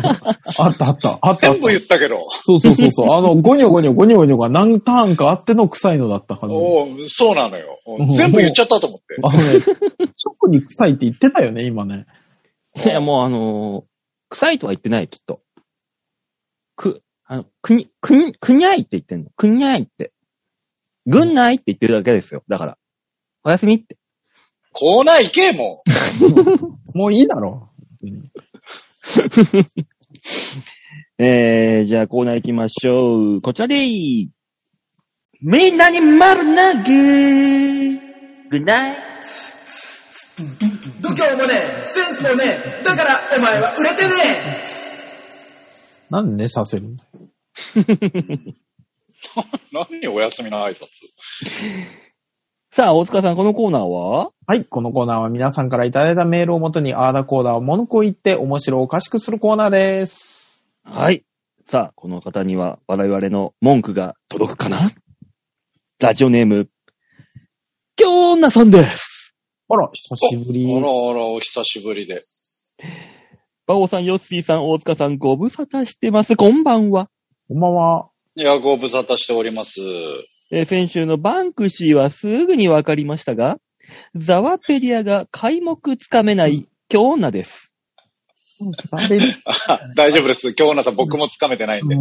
Speaker 3: あったあった。あったあっ
Speaker 4: 全部
Speaker 3: た。
Speaker 4: 言ったけど。
Speaker 3: そうそうそうそう。あの、ゴニョゴニョゴニョゴニョが何ターンかあっての臭いのだったはず。
Speaker 4: おうそうなのよ。
Speaker 3: ん
Speaker 4: 全部言っちゃったと思って。
Speaker 3: あ のね、直に臭いって言ってたよね、今ね。
Speaker 2: う。いや、もうあのー臭いとは言ってない、きっと。く、あの、くに、くに、くにゃいって言ってんの。くにゃいって。ぐんないって言ってるだけですよ。だから。おやすみって。
Speaker 4: コーナー行け、もう。
Speaker 3: もういいだろ。うん
Speaker 2: えー、じゃあコーナー行きましょう。こちらでーみんなに丸投げーぐない
Speaker 1: 度胸もねえ、センスもねえ、だからお前は売れてねえ
Speaker 3: なんで寝させるの
Speaker 4: 何お休みの挨拶。
Speaker 2: さあ、大塚さん、このコーナーは
Speaker 3: はい、このコーナーは皆さんからいただいたメールをもとに、アーダコーダーを物こ言って面白おかしくするコーナーです。
Speaker 2: はい。さあ、この方には我々の文句が届くかなラジオネーム、京女さんです。
Speaker 3: あら、久しぶ
Speaker 4: あ
Speaker 3: り。
Speaker 4: らあら、お久しぶりで。
Speaker 2: バオさん、ヨッシーさん、大塚さん、ご無沙汰してます。こんばんは。
Speaker 3: こんば んは。
Speaker 4: いや、ご無沙汰しております。
Speaker 2: えー先週のバンクシーはすぐにわかりましたが、ザワペリアが開目つかめない京女です。
Speaker 4: あ大丈夫です。今日なさん、僕もつかめてないんで。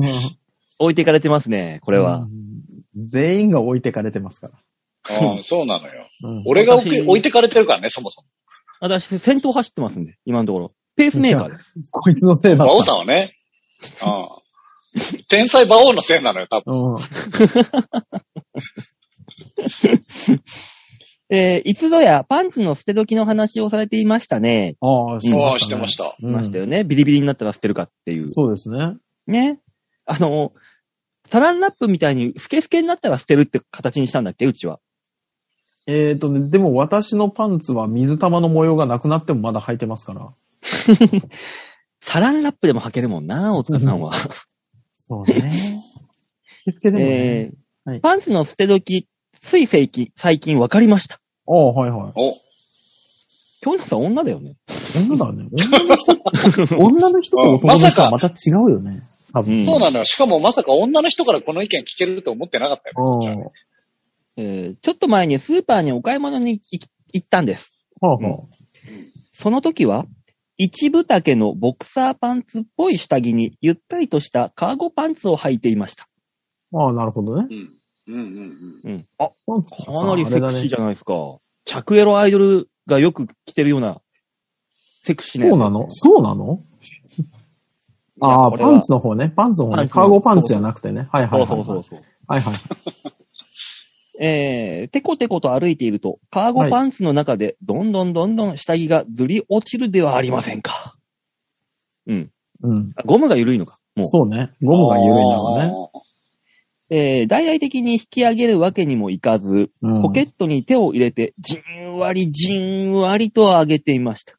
Speaker 2: 置いていかれてますね、こ
Speaker 3: こ
Speaker 2: れは。。
Speaker 3: 全員が置いてかれてますから。
Speaker 4: うん、そうなのよ。
Speaker 3: うん
Speaker 4: 俺が置
Speaker 2: 私
Speaker 4: け置いてかれてるからね、そもそも。
Speaker 2: 私、先頭走ってますんで、今のところ。ペースメーカーです。
Speaker 3: こいつのせいだ
Speaker 4: 馬王
Speaker 3: っ
Speaker 4: さ
Speaker 3: た。
Speaker 4: んはね。うん。天才馬王のせいなのよ、多分。
Speaker 3: うん。
Speaker 2: えーいつぞやパンツの捨て時の話をされていましたね。
Speaker 3: ああ、し
Speaker 4: そう
Speaker 3: ま
Speaker 4: してま
Speaker 3: し
Speaker 4: した
Speaker 3: ね。
Speaker 4: た。
Speaker 3: う
Speaker 2: い
Speaker 3: ん
Speaker 2: ましたよね。ビリビリになったら捨てるかっていう。
Speaker 3: そうですね。
Speaker 2: ね。あの、サランラップみたいにスケスケになったら捨てるって形にしたんだっけ、う ちは。
Speaker 3: えっとね、でも私のパンツは水玉の模様がなくなってもまだ履いてますから。
Speaker 2: サランラップでも履けるもんな、大塚さんは。
Speaker 3: そう ね。でもね
Speaker 2: えー
Speaker 3: はい
Speaker 2: パンツの捨て時、つい最近、最近分かりました。
Speaker 3: ああ、はいはい。
Speaker 4: お、
Speaker 2: 京奈さん女だよね。
Speaker 3: 女だね。女 の人、女の人と男の人はまた違うよね。多分。
Speaker 2: うん
Speaker 4: そうなのよ。しかもまさか女の人からこの意見聞けると思ってなかったよ。
Speaker 3: うん。
Speaker 4: ん
Speaker 3: は
Speaker 2: えーちょっと前にスーパーにお買い物に行き行ったんです。
Speaker 3: あは
Speaker 2: その時は、一部丈のボクサーパンツっぽい下着にゆったりとしたカーゴパンツを履いていました。
Speaker 3: あ。ああ、なるほどね。
Speaker 4: うん。うんうんうん。
Speaker 2: うん。あ、
Speaker 3: パンツ
Speaker 2: かなりセクシーじ
Speaker 3: ゃ
Speaker 2: ゃないですか。着エロアイドルがよく着てるような、セクシーなや
Speaker 3: そう
Speaker 2: つ
Speaker 3: なのそうなのああ、
Speaker 2: これは
Speaker 3: パンツの方ね。パンツの方
Speaker 2: パン
Speaker 3: ね。
Speaker 2: ツの
Speaker 3: カーゴパンツじゃなくてね。はいはい
Speaker 2: そう
Speaker 3: はい。
Speaker 2: そうそうそう。
Speaker 3: はいはい。
Speaker 2: えー、テコテコと歩いていると、カーゴパンツの中で、どんどんどんどん下着がずり落ちるではありませんか。うん。
Speaker 3: うん。
Speaker 2: あゴムが緩いのか。もう。
Speaker 3: そうね。ゴムが緩いのがね。
Speaker 4: あー。
Speaker 2: えー、大々的に引き上げるわけにもいかず、
Speaker 3: うん
Speaker 2: ポケットに手を入れて、じんわりじんわりと上げていました。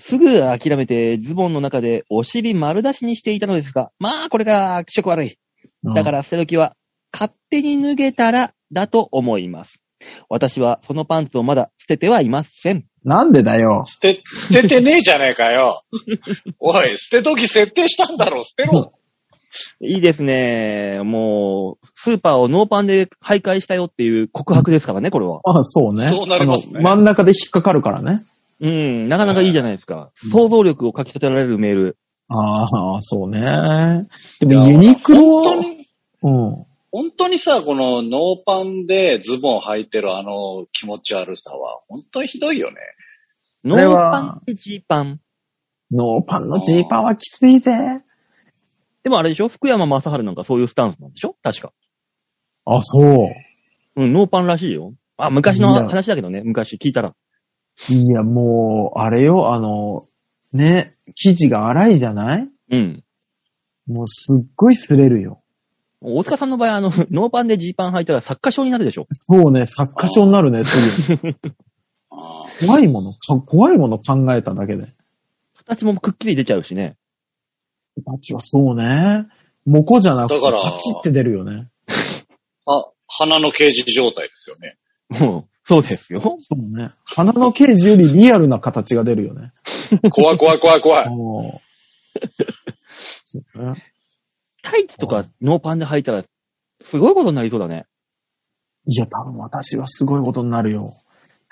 Speaker 2: すぐ諦めて、ズボンの中でお尻丸出しにしていたのですが、まあ、これが気色悪い。だから捨て時は、勝手に脱げたら、だと思います。私はそのパンツをまだ捨ててはいません。
Speaker 3: なんでだよ。
Speaker 4: 捨て、捨ててねえじゃねえかよ。 おい、捨て時設定したんだろ、捨てろ。
Speaker 2: いいですね。もう、スーパーをノーパンで徘徊したよっていう告白ですからね、これは。
Speaker 3: あそうね。
Speaker 4: そうなりますね
Speaker 3: あの真ん中で引っかかるからね。
Speaker 2: うん、なかなかいいじゃないですか。想像力をかき立てられるメール。
Speaker 3: ああ、そうね。でもユニクロ
Speaker 4: 本当に、
Speaker 3: うん。
Speaker 4: 本当にさ、このノーパンでズボン履いてるあの気持ち悪さは、本当にひどいよね。
Speaker 2: ノ
Speaker 3: れ
Speaker 2: ー
Speaker 3: は
Speaker 2: パンでジーパン。
Speaker 3: ノーパンのジーパンはきついぜ。
Speaker 2: でもあれでしょ福山雅治なんかそういうスタンスなんでしょ確か。
Speaker 3: あ、そう。
Speaker 2: うん、ノーパンらしいよ。あ、昔
Speaker 3: いや
Speaker 2: の話だけどね、昔聞いたら。
Speaker 3: いや、もう、あれよ、あの、ね、生地が荒いじゃない
Speaker 2: うん。
Speaker 3: もうすっごい擦れるよ。
Speaker 2: 大塚さんの場合、あの、 ノーパンでジーパン履いたら作家賞になるでしょ。
Speaker 3: そうね、作家賞になるね、すぐ。
Speaker 4: あ
Speaker 3: 怖いものか、怖いもの考えただけで。
Speaker 2: 形もくっきり出ちゃうしね。
Speaker 3: パチはそうね。モコじゃなくて、
Speaker 4: だから
Speaker 3: パチって出るよね。
Speaker 4: ーあ、鼻の刑事状態ですよね。
Speaker 2: もう、そうですよ。
Speaker 3: そうね。鼻の刑事よりリアルな形が出るよね。
Speaker 4: 怖い怖い怖い怖い。
Speaker 3: もう。 そうね
Speaker 2: タイツとかノーパンで履いたら、すごいことになりそうだね。
Speaker 3: いや、多分私はすごいことになるよ。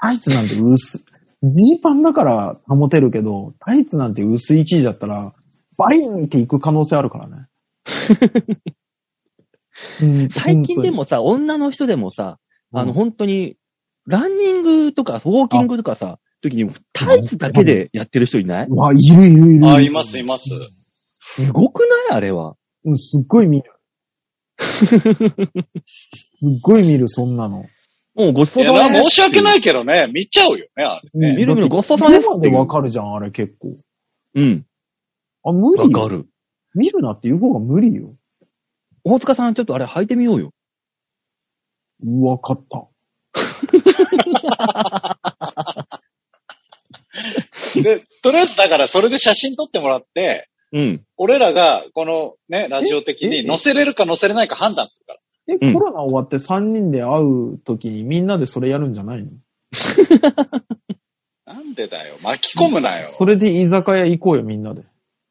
Speaker 3: タイツなんて薄、ジーパンだから保てるけど、タイツなんて薄い生地だったら、バリンっていく可能性あるか らね。うん
Speaker 2: 最近で、もさ、女の人でもさ、あの、本当に、ランニングとか、ウォーキングとかさ、時にタイツだけでやってる人いないう
Speaker 3: わ、いるいるいる。
Speaker 4: あ、いますいます。
Speaker 2: すごくないあれは。
Speaker 3: うん、すっごい見る。すっごい見る、そんなの。
Speaker 2: もうごちそ
Speaker 4: いう
Speaker 2: さ
Speaker 4: や、
Speaker 2: ま。
Speaker 4: な申し訳ないいけどね、見ちゃうよね、あれ
Speaker 3: うん
Speaker 4: ね。
Speaker 2: 見る見る
Speaker 3: だ
Speaker 2: ごち
Speaker 3: って
Speaker 2: そうさまです
Speaker 3: 生でわかるじゃん、あれ結構。
Speaker 2: うん。
Speaker 3: あ、無
Speaker 2: わ
Speaker 3: 理
Speaker 2: か
Speaker 3: よ。
Speaker 2: る。
Speaker 3: 見るなって言う方が無理よ。
Speaker 2: 大塚さん、ちょっとあれ履いてみようよ。
Speaker 3: うわかった。
Speaker 4: で、とりあえずだからそれで写真撮ってもらって、
Speaker 2: うん。
Speaker 4: 俺らがこのね、ラジオ的
Speaker 3: ええ
Speaker 4: に載せれるか載せれないか判断するから。
Speaker 3: え、
Speaker 2: うん
Speaker 3: コロナ終わって3人で会うときにみんなでそれやるんじゃないの
Speaker 4: なんでだよ、巻き込むなよ。
Speaker 3: それで居酒屋行こうよ、みんなで。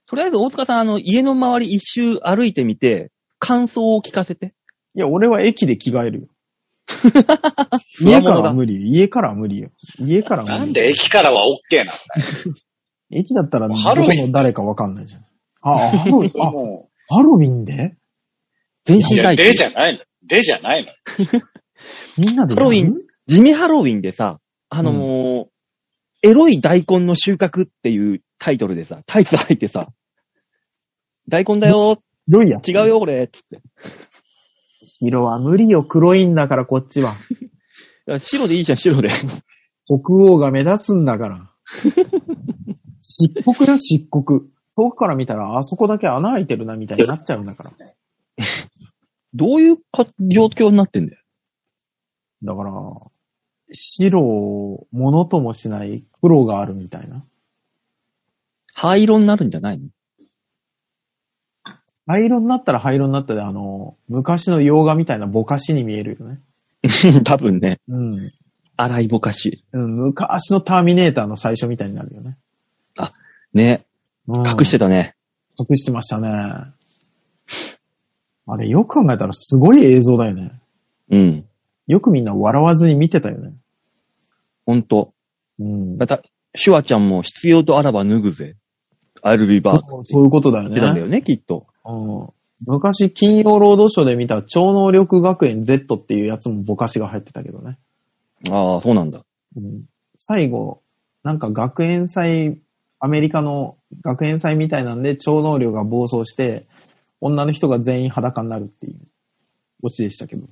Speaker 2: とりあえず、大塚さん、あの、家の周り一周歩いてみて、感想を聞かせて。
Speaker 3: いや、俺は駅で着替 えるよ。
Speaker 2: わ
Speaker 3: 家
Speaker 2: も
Speaker 3: か
Speaker 2: のだ
Speaker 3: ら無理よ。家から無理よ。家から無理よ
Speaker 4: なんで駅からは OK なんだよ。
Speaker 3: 駅だったらど
Speaker 4: ハロウ
Speaker 3: こ
Speaker 4: ィン
Speaker 3: の誰かわかんないじゃん。あ、ハロウィン、あ、
Speaker 4: も
Speaker 3: ハロウィンで
Speaker 2: 全
Speaker 4: うい
Speaker 2: 身
Speaker 4: や、
Speaker 2: タイ
Speaker 4: で
Speaker 2: ツ
Speaker 4: じ。ゃないの。でじゃないの。
Speaker 3: みんなでやる
Speaker 2: ハロウィン地味ハロウィンでさ、あのーエロい大根の収穫っていうタイトルでさ、タイツ履いてさ、大根だよ、
Speaker 3: ロイヤ。
Speaker 2: 違うよ、これ、つって。
Speaker 3: 色は無理よ。黒いんだから、こっちは。
Speaker 2: いや白でいいじゃん、白で。
Speaker 3: 北欧が目立つん だから。漆黒よ、漆黒。遠くから見たら、あそこだけ穴開いてるな、みたいになっちゃうんだから。
Speaker 2: どういうか状況になってんだよ。
Speaker 3: だから、白をものともしない黒があるみたいな。
Speaker 2: 灰色になるんじゃないの
Speaker 3: 灰色になったら灰色になったで、あの、昔の洋画みたいなぼかしに見えるよね。
Speaker 2: 多分ね、
Speaker 3: うん。
Speaker 2: 洗いぼかし。
Speaker 3: うん、昔のターミネーターの最初みたいになるよね。
Speaker 2: ね、
Speaker 3: うん
Speaker 2: 隠してたね。
Speaker 3: 隠してましたね。あれ、よく考えたらすごい映像だよね。
Speaker 2: うん。
Speaker 3: よくみんな笑わずに見てたよね。
Speaker 2: ほんと。
Speaker 3: うん。
Speaker 2: また、シュワちゃんも必要とあらば脱ぐぜ。アイルビーバーって
Speaker 3: そうそういうことだよ
Speaker 2: 言ってたんだ
Speaker 3: ね。
Speaker 2: よね、きっと。
Speaker 3: うん、昔、金曜ロードショーで見た超能力学園 Z っていうやつもぼかしが入ってたけどね。
Speaker 2: ああ、そうなんだ。
Speaker 3: うん、最後、なんか学園祭、アメリカの学園祭みたいなんで超能力が暴走して、女の人が全員裸になるっていうオチでしたけど。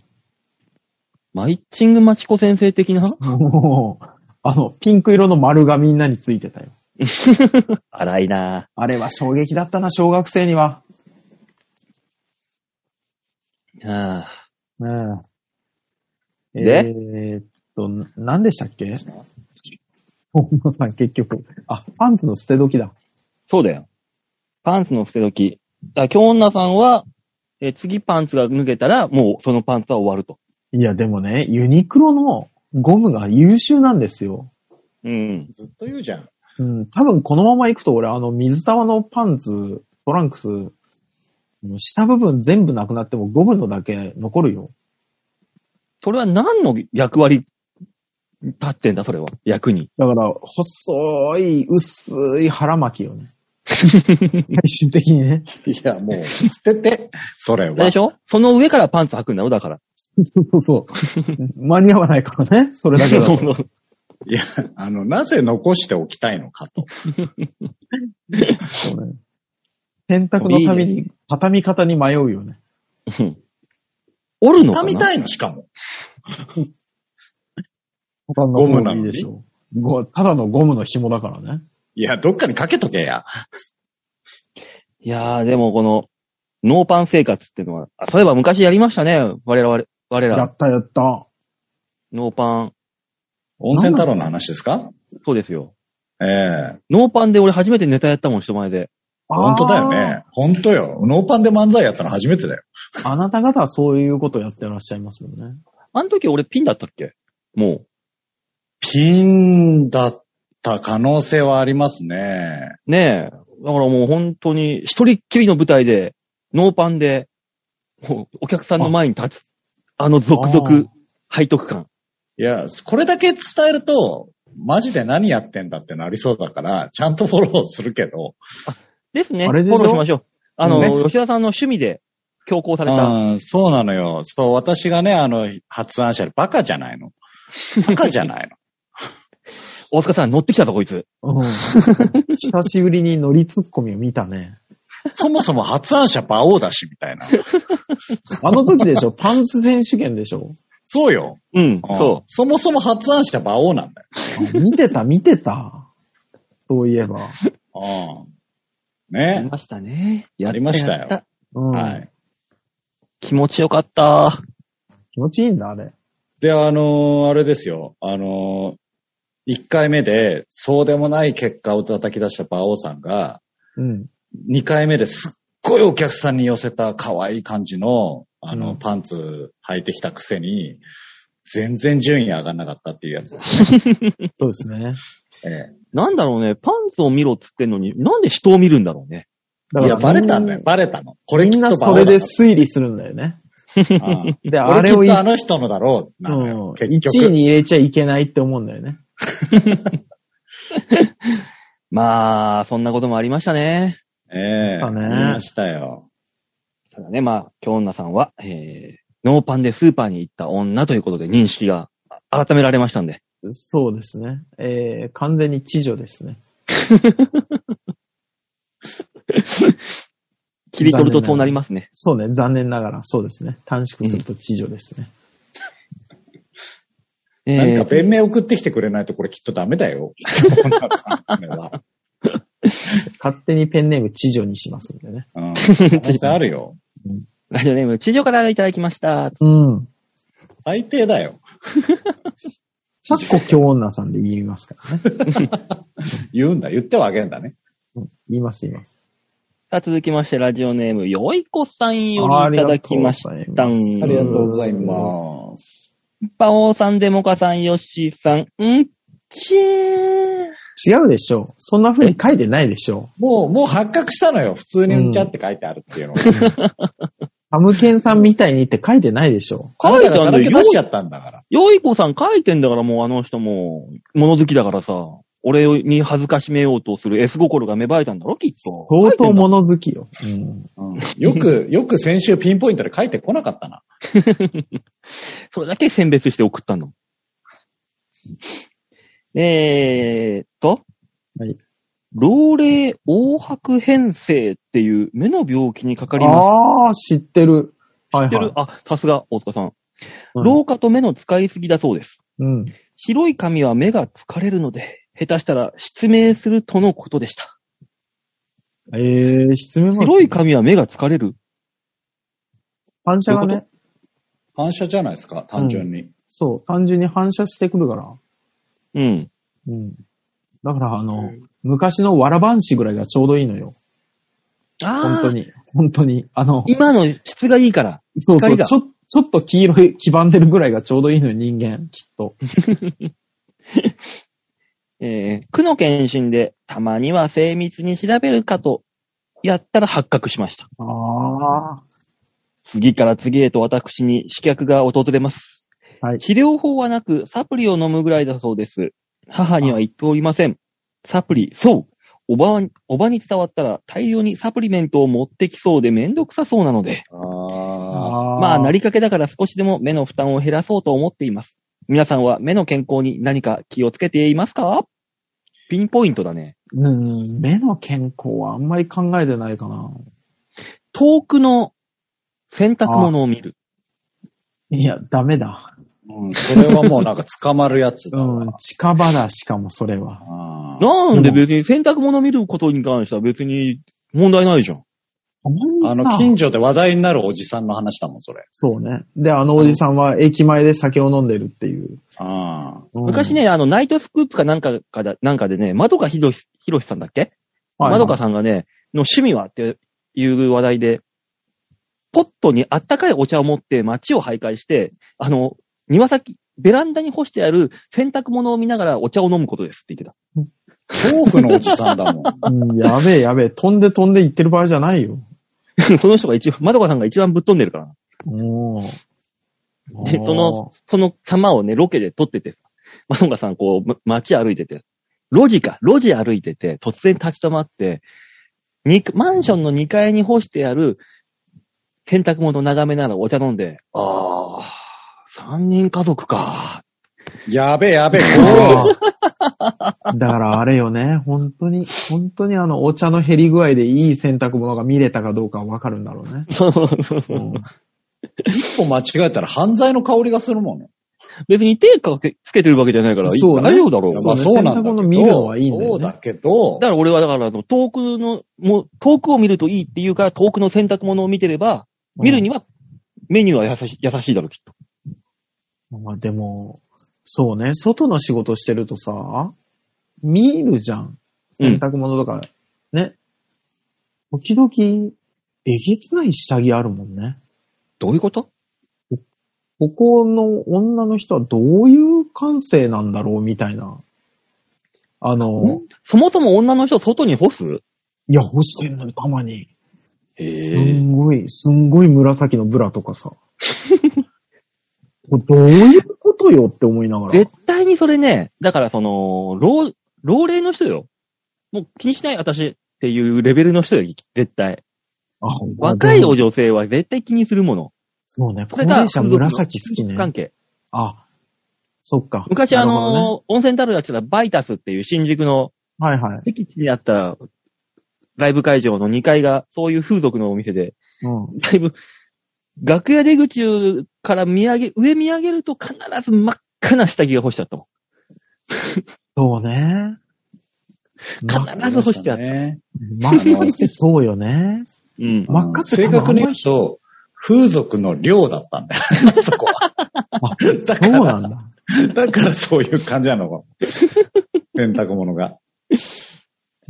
Speaker 2: マイチングマチコ先生的な
Speaker 3: もう、あの、ピンク色の丸がみんなについてたよ。
Speaker 2: 荒いな
Speaker 3: あれは衝撃だったな、小学生には。
Speaker 2: ぁ。ああ
Speaker 3: ねえ。
Speaker 2: で
Speaker 3: えーっと、な何でしたっけ本間さん、結局。あ、パンツの捨て時だ。
Speaker 2: そうだよ。パンツの捨て時。だから、京女さんは、えー次パンツが脱げたら、もうそのパンツは終わると。
Speaker 3: いや、でもね、ユニクロのゴムが優秀なんですよ。
Speaker 2: うん。
Speaker 4: ずっと言うじゃん。
Speaker 3: うん、多分このまま行くと俺、あの、水玉のパンツ、トランクス、もう下部分全部なくなってもゴムのだけ残るよ。
Speaker 2: それは何の役割立ってんだ、それは。役に。
Speaker 3: だから、細い、薄い腹巻きよね。 最終的にね。
Speaker 4: いや、もう、捨てて、それ
Speaker 2: あれ
Speaker 4: は
Speaker 2: でし。ょその上からパンツ履くんだろ、だから。
Speaker 3: そうそう。間に合わないからね、それだけだと。
Speaker 4: いや、あの、なぜ残しておきたいのかと。
Speaker 3: そうね洗濯のため
Speaker 2: いい
Speaker 3: に、畳み方に迷うよね。
Speaker 2: うんおるのか
Speaker 4: 畳み
Speaker 2: な
Speaker 4: たいのしかも。
Speaker 3: 他の
Speaker 4: ゴムなのに
Speaker 3: いいでしょう。ごただのゴムの紐だからね。
Speaker 4: いや、どっかにかけとけや。
Speaker 2: いやー、でもこの、ノーパン生活っていうのは、あそういえば昔やりましたね。我々、我
Speaker 3: や
Speaker 2: ら、
Speaker 3: ったやった。
Speaker 2: ノーパン。
Speaker 4: 温泉太郎の話ですか
Speaker 2: そうですよ。
Speaker 4: ええ
Speaker 2: ノーパンで俺初めてネタやったもん、人前で。
Speaker 4: 本当だよね。本当よ。ノーパンで漫才やったの初めてだよ。
Speaker 3: あー。あなた方はそういうことやってらっしゃいますもんね。
Speaker 2: あの時俺ピンだったっけも
Speaker 4: ピンだった可能性はありますね。
Speaker 2: う。ねえ。だからもう本当に、一人っきりの舞台で、ノーパンで、もうお客さんの前に立つ。あの続々、背徳感。
Speaker 4: いや、これだけ伝えると、マジで何やってんだってなりそうだから、ちゃんとフォローするけど。
Speaker 2: ですね。
Speaker 3: あれで
Speaker 2: フ
Speaker 3: しょ
Speaker 2: ォローしましょう。あの、
Speaker 4: ね
Speaker 2: 吉田さんの趣味で強行された。
Speaker 4: うん、そうなのよ。そう、私がね、あの、発案者でバカじゃないの。バカじゃ ないの。
Speaker 2: 大塚さん乗ってきたぞ、こいつ。
Speaker 3: うん。 久しぶりに乗りツッコミを見たね。
Speaker 4: そもそも発案者馬王だし、みたいな。
Speaker 3: あの時 でしょ、パンツ選手権でしょ。
Speaker 4: そうよ。
Speaker 2: うん、
Speaker 4: うん
Speaker 2: そう。
Speaker 4: そもそも発案者馬王なんだよ。
Speaker 3: 見てた、見てた。そういえば。
Speaker 4: うん。
Speaker 2: あり
Speaker 4: ね。
Speaker 2: ましたね。や
Speaker 4: ありましたよ
Speaker 2: やっ
Speaker 3: うん。
Speaker 4: はい。
Speaker 2: 気持ちよかった。
Speaker 3: 気持ちいいんだ、あれ。
Speaker 4: で、あのーあれですよ。あのー、1回目で、そうでもない結果を叩き出した馬王さんが、
Speaker 3: うん。
Speaker 4: 2回目ですっごいお客さんに寄せた可愛い感じの、あの、
Speaker 3: うん
Speaker 4: パンツ履いてきたくせに、全然順位上がんなかったっていうやつです
Speaker 3: そうですね。
Speaker 4: ね。
Speaker 2: なんだろうね、パンツを見ろっつってんのに、なんで人を見るんだろうね。
Speaker 3: だ
Speaker 4: いや、バレたんだよ、
Speaker 3: み
Speaker 4: バレたの。これき
Speaker 3: み
Speaker 4: っ
Speaker 3: んな
Speaker 4: と馬
Speaker 3: そ
Speaker 4: 王
Speaker 3: れ
Speaker 4: だ
Speaker 3: で
Speaker 4: な
Speaker 3: 推理するんだよね。
Speaker 4: うん
Speaker 3: で、 あ
Speaker 4: あれ
Speaker 3: れ
Speaker 4: を
Speaker 3: を
Speaker 4: きっと
Speaker 3: い、う
Speaker 4: あの人のだろう。なんだ
Speaker 3: ん、
Speaker 4: よ
Speaker 3: 1
Speaker 4: 結局。
Speaker 3: 位に入れちゃいけないって思うんだよね。
Speaker 2: まあ、そんなこともありましたね。
Speaker 4: ええ
Speaker 3: だね
Speaker 4: 見ましたよ。
Speaker 2: ただね、まあ、京女さんは、えー、ノーパンでスーパーに行った女ということで認識があ改められましたんで。
Speaker 3: そうですね。えー、完全に知女ですね。
Speaker 2: 切り取るとそうなりますね。
Speaker 3: そうね、残念ながら、そうですね。短縮すると知女ですね。
Speaker 2: え
Speaker 4: なんか
Speaker 2: ー、
Speaker 4: 弁明送ってきてくれないとこれきっとダメだよ。これは
Speaker 3: 勝手にペンネーム知女にしますんでね。
Speaker 4: うん。可能性あるよ。
Speaker 2: ラジオネーム、地上からいただきました。
Speaker 3: うん。
Speaker 4: 最低だよ。
Speaker 3: さっこ京女さんで言いますからね。
Speaker 4: 言うんだ。言ってはあげんだね。
Speaker 3: うん言います、言います。
Speaker 2: さあ、続きまして、ラジオネーム、よいこさんよりいただきました。
Speaker 3: ありがとうございます
Speaker 4: あ
Speaker 2: あり
Speaker 4: りが
Speaker 2: がと
Speaker 4: と
Speaker 2: う
Speaker 3: う
Speaker 4: う
Speaker 3: ご
Speaker 4: ご
Speaker 3: ざ
Speaker 4: ざ
Speaker 3: い
Speaker 4: い
Speaker 3: ま
Speaker 4: ます。
Speaker 2: パオさん、デモカさん、ヨッシーさん、うんちー。
Speaker 3: 違うでしょう。そんな風に書いてないでしょう。
Speaker 4: もう、もう発覚したのよ。普通にうんちゃって書いてあるっていうのが。
Speaker 3: ハムケンさんみたいにって書いてないでしょ
Speaker 4: 彼らがさらけ出しちゃ
Speaker 2: よ
Speaker 4: ったんだから。
Speaker 2: よいこさん書いてんだからもうあの人も、物好きだからさ、俺に恥ずかしめようとする S 心が芽生えたんだろ、きっ
Speaker 3: う。
Speaker 2: と。
Speaker 3: 相当物好きよ。うん。
Speaker 4: うんよく、よく先週ピンポイントで書いてこなかったな。
Speaker 2: それだけ選別して送ったの。えーっと。
Speaker 3: はい。
Speaker 2: 老齢黄白変性っていう目の病気にかかりま
Speaker 3: ああ、知ってる。はい
Speaker 2: して
Speaker 3: はい
Speaker 2: る。。あ、さすが、大塚さん。
Speaker 3: うん
Speaker 2: 老化と目の使いすぎだそうです。
Speaker 3: うん。
Speaker 2: 白い髪は目が疲れるので、下手したら失明するとのことでした。
Speaker 3: えー、失明まで
Speaker 2: 白い髪は目が疲れる
Speaker 3: 反射がね、
Speaker 4: 反射じゃないですか、単純に。
Speaker 3: そう、単純に反射してくるから。
Speaker 2: うん。
Speaker 3: うん。だから、あの、昔のわらばんしぐらいがちょうどいいのよ。
Speaker 2: ああ
Speaker 3: 本当に。本当に。あの、
Speaker 2: 今の質がいいから。
Speaker 3: そうそう、
Speaker 2: 光が
Speaker 3: ちょ、ちょっと黄色い、黄ばんでるぐらいがちょうどいいのよ、人間、きっと。
Speaker 2: えー、区の検診で、たまには精密に調べるかと、やったら発覚しました。
Speaker 3: ああ。
Speaker 2: 次から次へと私に死客が訪れます。
Speaker 3: はい。
Speaker 2: 治療法はなく、サプリを飲むぐらいだそうです。母には言っておりません。サプリ、そう。おばに、おばに伝わったら大量にサプリメントを持ってきそうでめんどくさそうなので。
Speaker 5: ああ。
Speaker 3: あ
Speaker 2: まあ、な
Speaker 3: り。
Speaker 2: りかけだから少しでも目の負担を減らそうと思っています。皆さんは目の健康に何か気をつけていますかピンポイントだね。
Speaker 3: うん、目の健康はあんまり考えてないかな。
Speaker 2: 遠くの洗濯物を見る。
Speaker 3: いや、ダメだ。
Speaker 5: うん、それはもうなんか捕まるやつだ
Speaker 3: う
Speaker 5: わ。
Speaker 3: ん、近場だ、しかもそれは。
Speaker 5: あー
Speaker 2: なんで別に洗濯物を見ることに関しては別に問題ないじゃん。
Speaker 3: たまにさ
Speaker 5: あの、近所で話題になるおじさんの話だもん、それ。
Speaker 3: そうね。で、あのおじさんは駅前で酒を飲んでるっていう。
Speaker 5: ああ。
Speaker 3: うん
Speaker 2: 昔、ね、あの、ナイトスクープかなんかかだなんかでね、まどかひろし、ひろしさんだっけ
Speaker 3: はい
Speaker 2: まどかさんがね、の趣味はっていう話題で、ポットにあったかいお茶を持って街を徘徊して、あの、庭先、ベランダに干してある洗濯物を見ながらお茶を飲むことですって言ってた。
Speaker 5: 豆腐のおじさん だもん。
Speaker 3: うんやべえやべえ、飛んで飛んで行ってる場合じゃないよ。
Speaker 2: その人が一番、まどかさんが一番ぶっ飛んでるから。
Speaker 3: おー
Speaker 2: で、そ の、、その様をね、ロケで撮っててさ、まどかさんこう、ま街歩いてて、路地か、路地歩いてて、突然立ち止まって、にマンションの2階に干してある洗濯物を眺めながらお茶飲んで、あー、3人家族か。
Speaker 5: やべえやべえ、
Speaker 3: あ
Speaker 5: こ
Speaker 3: ーだからあれよね、本当に、本当にあの、お茶の減り具合でいい洗濯物が見れたかどうかわかるんだろうね。
Speaker 2: そうそうそううん
Speaker 5: う一歩間違えたら犯罪の香りがするもんね。
Speaker 2: 別に手かけつけてるわけじゃないから、いい
Speaker 3: そうね
Speaker 2: 大丈夫だろ
Speaker 5: いうや
Speaker 3: そ
Speaker 5: ま
Speaker 3: う。
Speaker 5: あそうなんだけ
Speaker 3: 洗
Speaker 5: ど。
Speaker 3: 濯物見るのはいいんだよね
Speaker 5: そうだけど
Speaker 2: だ、から俺はだからあの、遠くの、もう、遠くを見るといいって言うから、遠くの洗濯物を見てれば、見るには、メニューは優しい、優しいだろう、きっと。
Speaker 3: まあでも、そうね、外の仕事してるとさ、見るじゃん。
Speaker 2: うん
Speaker 3: 洗濯物とか、ね。時々、えげつない下着あるもんね。
Speaker 2: どういうこと
Speaker 3: ここの女の人はどういう感性なんだろうみたいな。あの、
Speaker 2: そもそも女の人を外に干す
Speaker 3: いや、干してんのよ、たまに。
Speaker 2: へ
Speaker 3: すんごい、すんごい紫のブラとかさ。 これどういうことよって思いながら。
Speaker 2: 絶対にそれね、だからその、老、老齢の人よ。もう気にしない私っていうレベルの人よ、絶対。
Speaker 3: あほんとだ
Speaker 2: 若いお女性は絶対気にするもの。
Speaker 3: そうね、
Speaker 2: そ
Speaker 3: 高
Speaker 2: れが
Speaker 3: 齢、者紫好きね。
Speaker 2: 関係。
Speaker 3: あ、そっか。
Speaker 2: 昔あ
Speaker 3: なるほどね
Speaker 2: の、温泉太郎だったらバイタスっていう新宿の
Speaker 3: はいはい。
Speaker 2: 敵地にあったライブ会場の2階がそういう風俗のお店で、
Speaker 3: うん。
Speaker 2: だいぶ、楽屋出口から見上げ、上見上げると必ず真っ赤な下着が欲しちゃったもん。
Speaker 3: そうね。
Speaker 2: 必ず干してあった。
Speaker 5: ね。
Speaker 3: ま、ま あ、そうよね。
Speaker 2: うん。
Speaker 3: 真っ赤って
Speaker 5: 正確に言うと、風俗の量だったんだよ。 そこは。
Speaker 3: あ、
Speaker 5: だ
Speaker 3: そうなんだ。
Speaker 5: だからそういう感 じなのかも。洗濯物が。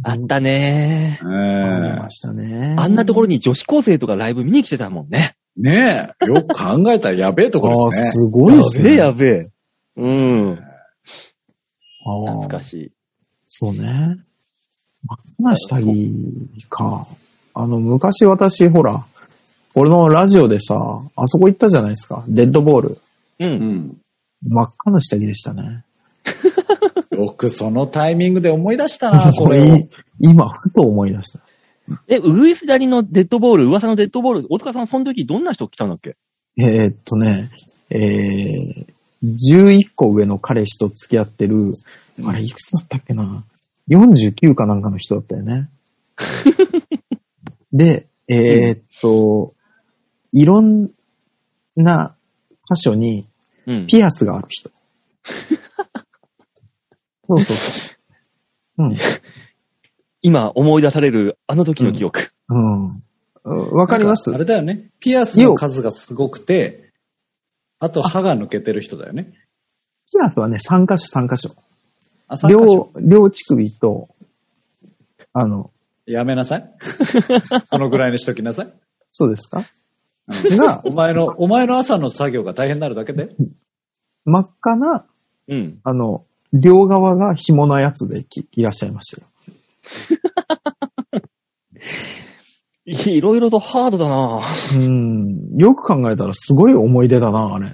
Speaker 2: あったね
Speaker 5: え
Speaker 3: あり
Speaker 5: え
Speaker 3: ましたね。
Speaker 2: あんなところに女子高生とかライブ見に来てたもんね。
Speaker 5: ねえ、よく考えたらやべえとこ
Speaker 3: ああ、
Speaker 5: ですね。
Speaker 3: すごいですね。
Speaker 2: べえ。うん。
Speaker 3: 懐
Speaker 2: 懐かしい。
Speaker 3: そうね。真っ赤な下着か。あの、昔私、ほら、俺のラジオでさ、あそこ行ったじゃないですか。デッドボール。
Speaker 2: う。
Speaker 5: うんん。
Speaker 3: 真っ赤な下着でしたね。
Speaker 5: よくそのタイミングで思い出した な、こ
Speaker 3: こ
Speaker 5: れを。
Speaker 3: れ、今、ふと思い出した。
Speaker 2: え、ウグイスダリのデッドボール、噂のデッドボール、大塚さんその時どんな人来たんだっけ
Speaker 3: えーっとね、えー、11個上の彼氏と付き合ってる、あれ、いくつだったっけな ?49 かなんかの人だった よね。で、えーっと、いろんな箇所に
Speaker 2: うん。
Speaker 3: ピアスがある 人。そうそうそう。うん。
Speaker 2: 今思い出されるあの時の記憶。
Speaker 3: うんうん。わかります
Speaker 5: あれだよね。ピアスの数がすごくて、あと歯が抜けてる人だよね。
Speaker 3: ピアスはね、3箇所3箇所。
Speaker 5: あ、3箇所
Speaker 3: 両、両乳首と、あの、
Speaker 5: やめなさい。そのぐらいにしときなさい。
Speaker 3: そうですか
Speaker 4: が、お前の、お前の朝の作業が大変になるだけで。
Speaker 3: 真っ赤な、
Speaker 2: うん。
Speaker 3: あの、両側が紐なやつできいらっしゃいましたよ。
Speaker 2: いいろいろとハードだな
Speaker 3: うん。よく考えたらすごい思い出だな、あれ。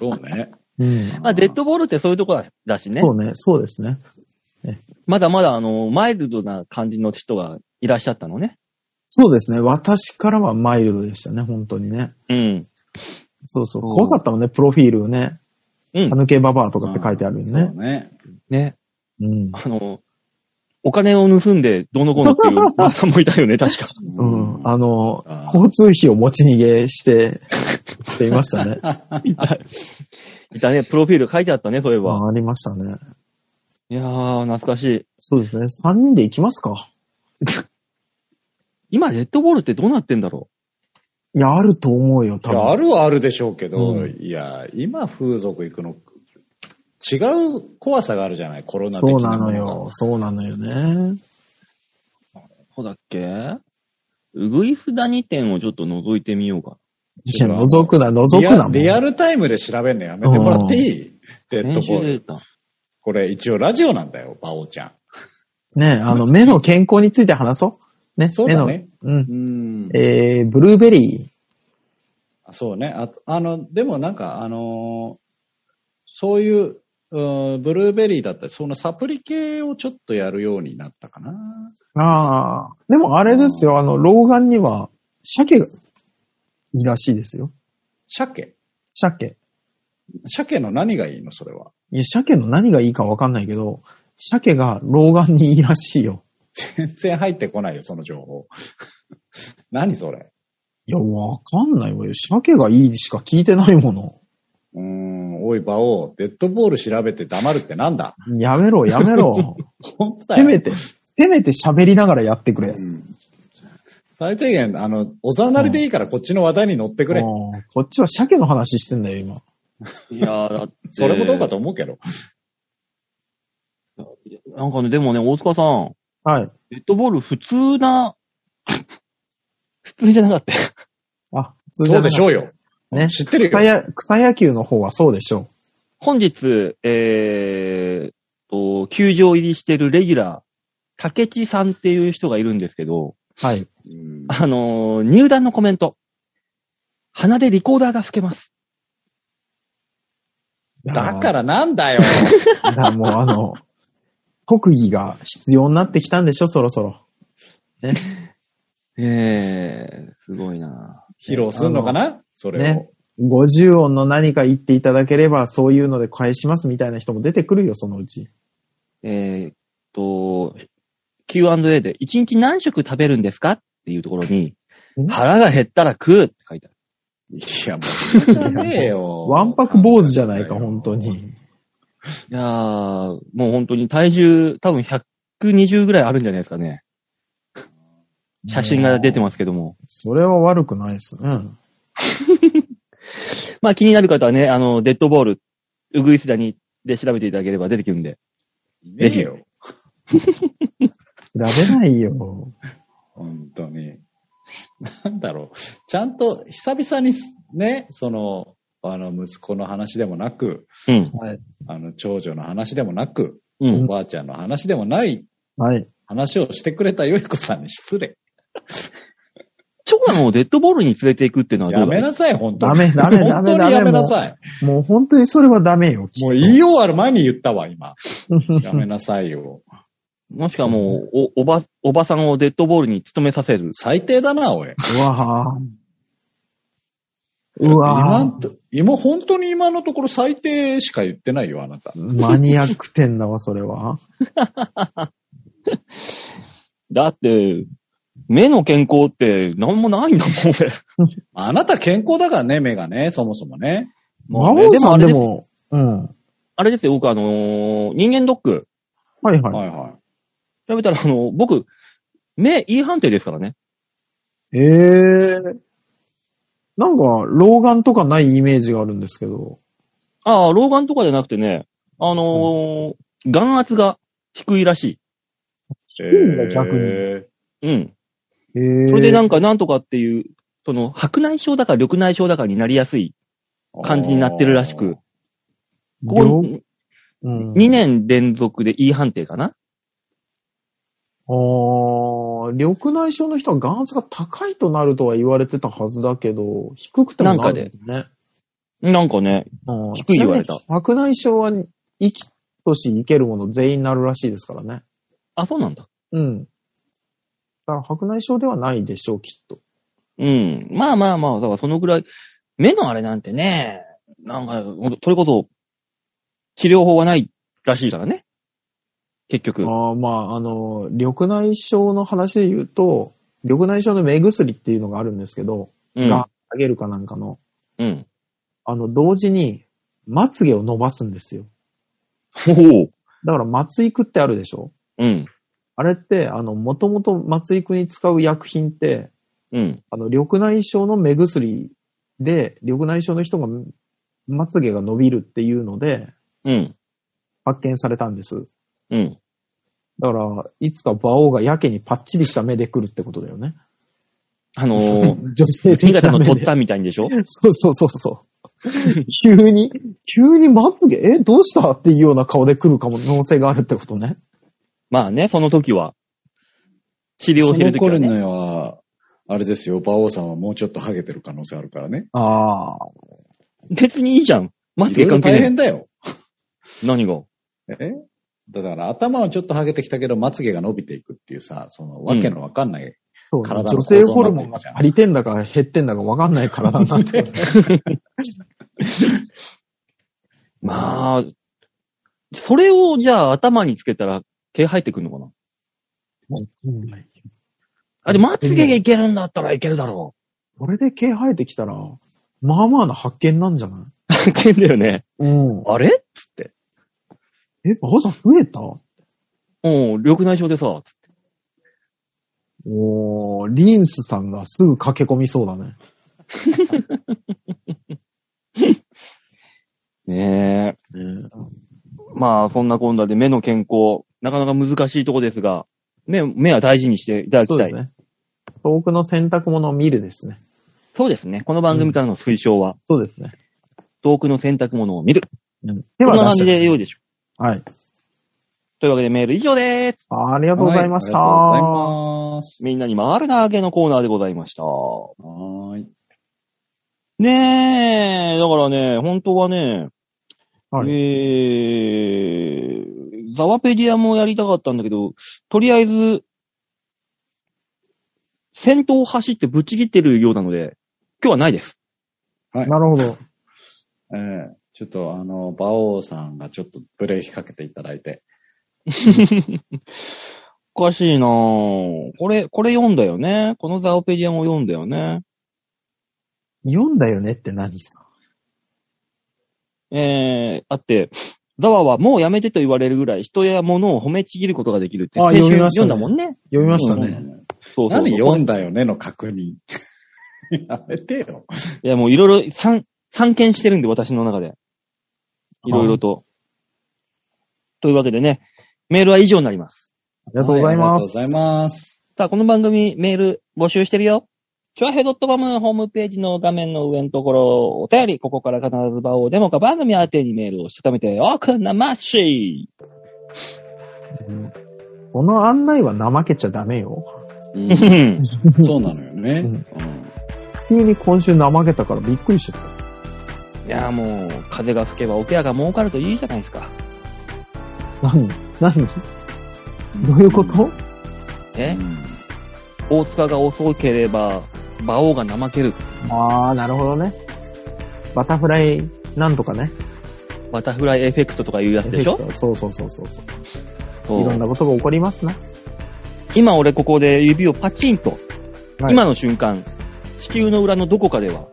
Speaker 4: そうね。
Speaker 3: うん。
Speaker 2: まあ、デッドボールってそういうとこだしね。
Speaker 3: そうね、そうですね。
Speaker 2: まだまだ、あの、マイルドな感じの人がいらっしゃったのね。
Speaker 3: そうですね。私からはマイルドでしたね、本当にね。
Speaker 2: うん。
Speaker 3: そうそう。
Speaker 4: うん
Speaker 3: 怖かったもんね、プロフィールね。
Speaker 2: うん
Speaker 3: タ。ヌケババアとかって書いてあるよね
Speaker 4: そう。ね。
Speaker 2: ね。
Speaker 3: うん。
Speaker 2: あの、お金を盗んでどうのこうの っていうおばさんもいたよね、確か。
Speaker 3: うん。あの
Speaker 4: あ、ー
Speaker 3: 交通費を持ち逃げして、していました ね。
Speaker 2: いたね、プロフィール書いてあったね、そういえば。
Speaker 3: ありましたね。
Speaker 2: いやー、懐かしい。
Speaker 3: そうですね。3人で行きますか
Speaker 2: 今、デッドボールってどうなってんだろ
Speaker 3: いや、あると思うよ、多
Speaker 4: いやあ
Speaker 3: 分。
Speaker 4: るはあるでしょうけど、
Speaker 3: うん
Speaker 4: いや、今風俗行くの、違う怖さがあるじゃない、コロナ的
Speaker 3: そうな
Speaker 4: も
Speaker 3: の
Speaker 4: が
Speaker 3: よ。。そうなのよね。
Speaker 2: う。そうだっけうぐいすだに店をちょっと覗いてみようか。
Speaker 3: いや、覗くな、覗くなもん。
Speaker 4: リアリアルタイムで調べるのやめてもらっていいデッド
Speaker 2: 練
Speaker 4: ボ
Speaker 2: 習
Speaker 4: ー
Speaker 2: で
Speaker 4: ル。
Speaker 2: 出た。
Speaker 4: これ一応ラジオなんだよ、バオちゃん。
Speaker 3: ねあの、目の健康について話そう。ね、
Speaker 4: そうだね
Speaker 3: 目の。うん。
Speaker 4: うん。
Speaker 3: えー、ブルーベリ
Speaker 4: そうね。あとあの、でもなんか、あのーそういう、うんブルーベリーだったり、そのサプリ系をちょっとやるようになったかな。
Speaker 3: ー。ああ。でもあれですよ、あの、老眼には、鮭が、いいらしいですよ。
Speaker 4: 鮭。
Speaker 3: 鮭。
Speaker 4: 鮭の何がいいのそれは。
Speaker 3: いや、鮭の何がいいかわかんないけど、鮭が老眼にいいらしいよ。
Speaker 4: 全然入ってこないよ、その情報。 何それ。
Speaker 3: いや、わかんないわよ。鮭がいいしか聞いてないもの。
Speaker 4: うーん、おい、馬王、デッドボール調べて黙るってなんだ
Speaker 3: やめろ、やめろ。
Speaker 4: 本当だ
Speaker 3: せ
Speaker 4: よ。
Speaker 3: めて、せめて喋りながらやってく
Speaker 4: う
Speaker 3: れ。
Speaker 4: ん最低限、あの、おざなりでいいからこっちの話題に乗ってくれ。
Speaker 3: うんこっちは鮭の話してんだよ、今。
Speaker 2: いやー、だって。
Speaker 4: それもどうかと思うけど。
Speaker 2: なんかね、でもね、大塚さん、
Speaker 3: はい。
Speaker 2: デッドボール普通な、普通じゃなかったよ。
Speaker 3: あ、普
Speaker 4: そうでしょ
Speaker 3: う。
Speaker 4: うよ。
Speaker 3: ね。
Speaker 4: 知ってる
Speaker 3: 草
Speaker 4: よ。
Speaker 3: や草野球の方はそうでしょ
Speaker 2: 本日、えーっと、球場入りしてるレギュラー、竹地さんっていう人がいるんですけど、
Speaker 3: う。はい。。
Speaker 4: うん
Speaker 2: あのー入団のコメント。鼻でリコーダーが吹けます。
Speaker 4: だかららなんだよ。
Speaker 3: だからもうあの、特技が必要になってきたんでしょ、そろそろ。
Speaker 2: ええすごいな
Speaker 4: 披露すんのかなそれを。
Speaker 3: ね50音の何か言っていただければ、そういうので返しますみたいな人も出てくるよ、そのうち。
Speaker 2: えーっと、Q&A で、一日何食食べるんですかっていうところに
Speaker 3: ん、
Speaker 2: 腹が減ったら食うって書いてある。
Speaker 4: いや、もう、じゃねえよ。
Speaker 3: わんぱく坊主じゃないか、本当に。
Speaker 2: いやー、もう本当に体重、多分120ぐらいあるんじゃないですかね。写真が出てますけども。
Speaker 3: それは悪くないで すね。
Speaker 2: まあ気になる方はね、あの、デッドボール、うぐいすだにで調べていただければ出てくるんで。
Speaker 4: いねえよ。
Speaker 3: 比べないよ。
Speaker 4: 本当に。なんだろう。ちゃんと、久々にすね、その、あの、息子の話でもなく、
Speaker 2: うん。
Speaker 3: はい。
Speaker 4: あの、長女の話でもなく、
Speaker 2: う
Speaker 4: お
Speaker 2: ん。
Speaker 4: ばあちゃんの話でもない
Speaker 3: はい。
Speaker 4: 話をしてくれたよいこさんに失礼。
Speaker 2: 長男をデッドボールに連れていくっていうのはど
Speaker 4: や
Speaker 2: うだ
Speaker 4: めなさい、本当
Speaker 3: ダ
Speaker 4: に。
Speaker 3: メ、ダメ、ダ
Speaker 4: 本
Speaker 3: メ、
Speaker 4: 当
Speaker 3: ダ
Speaker 4: に
Speaker 3: メ。
Speaker 4: やめなさい。
Speaker 3: もう本当にそれはダメよ。
Speaker 4: もう言い終わる前に言ったわ、今。やめなさいよ。
Speaker 2: もしくはもう、お、おば、おばさんをデッドボールに勤めさせる。
Speaker 4: 最低だな、おい。
Speaker 3: うわぁ。うわ
Speaker 4: 今
Speaker 3: ぁ
Speaker 4: ん。と、今、本当に今のところ最低しか言ってないよ、あなた。
Speaker 3: マニアック店だわ、それは。
Speaker 2: だって、目の健康って何もないんだもん、俺。
Speaker 4: あなた健康だからね、目がね、そもそもね。
Speaker 3: 魔
Speaker 2: ね
Speaker 3: 王さんで
Speaker 2: でも
Speaker 3: も、うん。
Speaker 2: あれですよ、僕あのー人間ドック。
Speaker 3: はいは。
Speaker 4: はいいは
Speaker 2: 調べたら、あの僕、目 E 判定ですからね。
Speaker 3: ええなんか、老眼とかないイメージがあるんですけど。
Speaker 2: ああ、老眼とかじゃなくてね、あのー眼圧が低いらし
Speaker 4: い。
Speaker 3: いんだ逆に
Speaker 4: え
Speaker 2: い。うん。
Speaker 3: ええ
Speaker 2: それでなんかなんとかっていうその、白内障だか緑内障だかになりやすい感じになってるらしく、ここ
Speaker 3: 両うん
Speaker 2: 2年連続で E 判定かな
Speaker 3: あー緑内障の人は眼圧が高いとなるとは言われてたはずだけど、低くてもなるんだよね。
Speaker 2: なんかね、
Speaker 3: うん
Speaker 2: 低い言われた。
Speaker 3: 白内障は生きとし生けるもの全員なるらしいですからね。
Speaker 2: あ、そうなんだ。
Speaker 3: うん。だから白内障ではないでしょう、きっと。
Speaker 2: うん。まあまあまあ、だからそのぐらい、目のあれなんてね、なんか、それこそ、治療法はないらしいからね。結局。
Speaker 3: ああまあ、あの、緑内障の話で言うと、緑内障の目薬っていうのがあるんですけど、
Speaker 2: うん
Speaker 3: が。上げるかなんかの、
Speaker 2: うん。
Speaker 3: あの、同時に、まつげを伸ばすんですよ。
Speaker 2: ほう。
Speaker 3: だから、まつ育ってあるでしょ
Speaker 2: うん。
Speaker 3: あれって、あの、もともと松井くに使う薬品って、
Speaker 2: うん。
Speaker 3: あの、緑内障の目薬で、緑内障の人が、まつげが伸びるっていうので、
Speaker 2: うん。
Speaker 3: 発見されたんです。
Speaker 2: うん。
Speaker 3: だから、いつか馬王がやけにパッチリした目で来るってことだよね。
Speaker 2: あの ー、
Speaker 3: 女性
Speaker 2: 新
Speaker 3: 的
Speaker 2: 潟
Speaker 3: な
Speaker 2: の
Speaker 3: 目
Speaker 2: とっ
Speaker 3: で。
Speaker 2: たみたいにでしょ
Speaker 3: そうそうそうそう。急に、急にまつげ、え、どうしたっていうような顔で来るかも、可能性があるってことね。
Speaker 2: まあね、その時は。治療
Speaker 5: そ
Speaker 2: して
Speaker 5: の
Speaker 2: る時
Speaker 5: 頃
Speaker 2: は、ね。
Speaker 5: には、あれですよ、馬王さんはもうちょっとハゲてる可能性あるからね。
Speaker 3: ああ。
Speaker 2: 別にいいじゃん。ま
Speaker 5: い
Speaker 2: つ
Speaker 5: ろい
Speaker 2: げ
Speaker 5: ろ
Speaker 2: 関係
Speaker 5: 大
Speaker 2: ない。
Speaker 5: 変だよ。
Speaker 2: 何が
Speaker 5: えだから頭はちょっとハゲてきたけど、まつげが伸びていくっていうさ、そのわけのわかんない、
Speaker 3: そうね、
Speaker 5: 体の
Speaker 3: 女性ホルモンが足りてんだか減ってんだか分かんない体になってる。
Speaker 2: まあ、それをじゃあ頭につけたら毛生えてくるのかなあ、で、まつげがいけるんだったらいけるだろ。
Speaker 3: これで毛生えてきたら、まあまあな発見なんじゃないう
Speaker 2: 大変だよね。
Speaker 3: うん。
Speaker 2: あれ
Speaker 3: え、馬王さん増えた
Speaker 2: うん、緑内障でさ、
Speaker 3: おー、リンスさんがすぐ駆け込みそうだね。
Speaker 2: ねえ。
Speaker 3: ね
Speaker 2: まあ、そんなこんなで目の健康、なかなか難しいとこですが、ね、目は大事にしていただき
Speaker 3: そう
Speaker 2: たい。
Speaker 3: ですね。遠くの洗濯物を見るですね。
Speaker 2: そうですねこの番組からの推奨は、
Speaker 3: そうですね。
Speaker 2: 遠くの洗濯物を見る。
Speaker 3: うん、
Speaker 2: こ
Speaker 3: で
Speaker 2: んな感
Speaker 3: 出し
Speaker 2: じで良いでしょう。
Speaker 3: はい。
Speaker 2: というわけでメール以上でーす。
Speaker 3: あありがとうございました。
Speaker 5: はいありがとうございます。
Speaker 2: みんなに回るなーけのコーナーでございました。
Speaker 5: はーい。
Speaker 2: ねえ、だからね、本当はね、
Speaker 3: はい
Speaker 2: えー、ザワペディアもやりたかったんだけど、とりあえず、先頭を走ってぶっちぎってるようなので、今日はないです。
Speaker 5: はい
Speaker 3: なるほど。
Speaker 5: えーちょっとあの、馬王さんがちょっとブレーキかけていただいて。
Speaker 2: おかしいなぁ。これ、これ読んだよね。このザワペディアも読んだよね。
Speaker 3: 読んだよねって何さ。
Speaker 2: えー、あって、ザワはもうやめてと言われるぐらい人や物を褒めちぎることができるって
Speaker 3: あ読みました
Speaker 2: 読
Speaker 3: ね
Speaker 2: んだもんね。
Speaker 3: 読みました
Speaker 5: そうな
Speaker 3: ね。
Speaker 5: のよ
Speaker 2: そうそうそう
Speaker 5: 何読んだよねの確認。 やめてよ。
Speaker 2: いや、もういろいろ散、散見してるんで、私の中で。いろいろと。というわけでね、メールは以上になります。
Speaker 3: ありがとうございます。
Speaker 5: はありがとうございます。
Speaker 2: さあ、この番組、メール募集してるよ。チョアヘドットコムホームページの画面の上のところ、お便り、ここから必ず場をデモか番組宛てにメールをしたためて、おくんなま し
Speaker 3: うんこの案内は怠けちゃダメよ。
Speaker 5: うん
Speaker 2: うん
Speaker 5: そうなのよね。
Speaker 3: うん
Speaker 5: うん
Speaker 3: 急に今週怠けたからびっくりしちゃった。
Speaker 2: いや、もう、風が吹けばおケアが儲かるといいじゃないですか。
Speaker 3: 何何どういうこと
Speaker 2: え、
Speaker 5: うん
Speaker 2: 大塚が遅ければ、馬王が怠ける。
Speaker 3: ああ、なるほどね。バタフライなんとかね。
Speaker 2: バタフライエフェクトとかいうやつでしょ
Speaker 3: そうそうそうそうそう。
Speaker 2: そう
Speaker 3: いろんなことが起こりますな。
Speaker 2: 今俺ここで指をパチンと、
Speaker 3: はい
Speaker 2: 今の瞬間、地球の裏のどこかでは、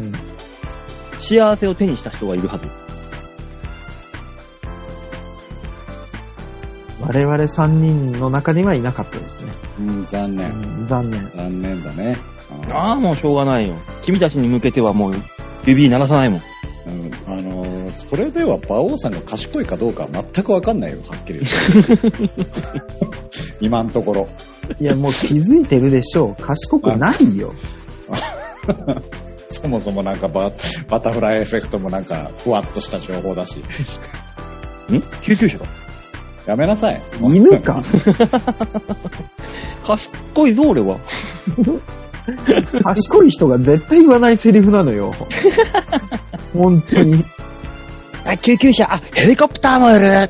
Speaker 3: うん
Speaker 2: 幸せを手にした人がいるはず。
Speaker 3: 我々3人の中にはいなかったですね。
Speaker 5: うん、残
Speaker 3: う
Speaker 5: 念。
Speaker 3: ん残念。
Speaker 5: 残念だね。うん
Speaker 2: ああ、もうしょうがないよ。君たちに向けてはもう、指鳴らさないもん。
Speaker 5: うんあのーそれでは馬王さんが賢いかどうかは全くわかんないよ、はっきり言って。 今のところ。
Speaker 3: いや、もう気づいてるでしょう。賢くないよ。
Speaker 4: そもそもなんかババタフライエフェクトもなんかふわっとした情報だし。
Speaker 2: ん救急車か
Speaker 4: やめなさい。
Speaker 3: 犬か
Speaker 2: 賢いぞ、俺は。
Speaker 3: 賢い人が絶対言わないセリフなのよ。本当に。
Speaker 2: あ、救急車、あ、ヘリコプターもいる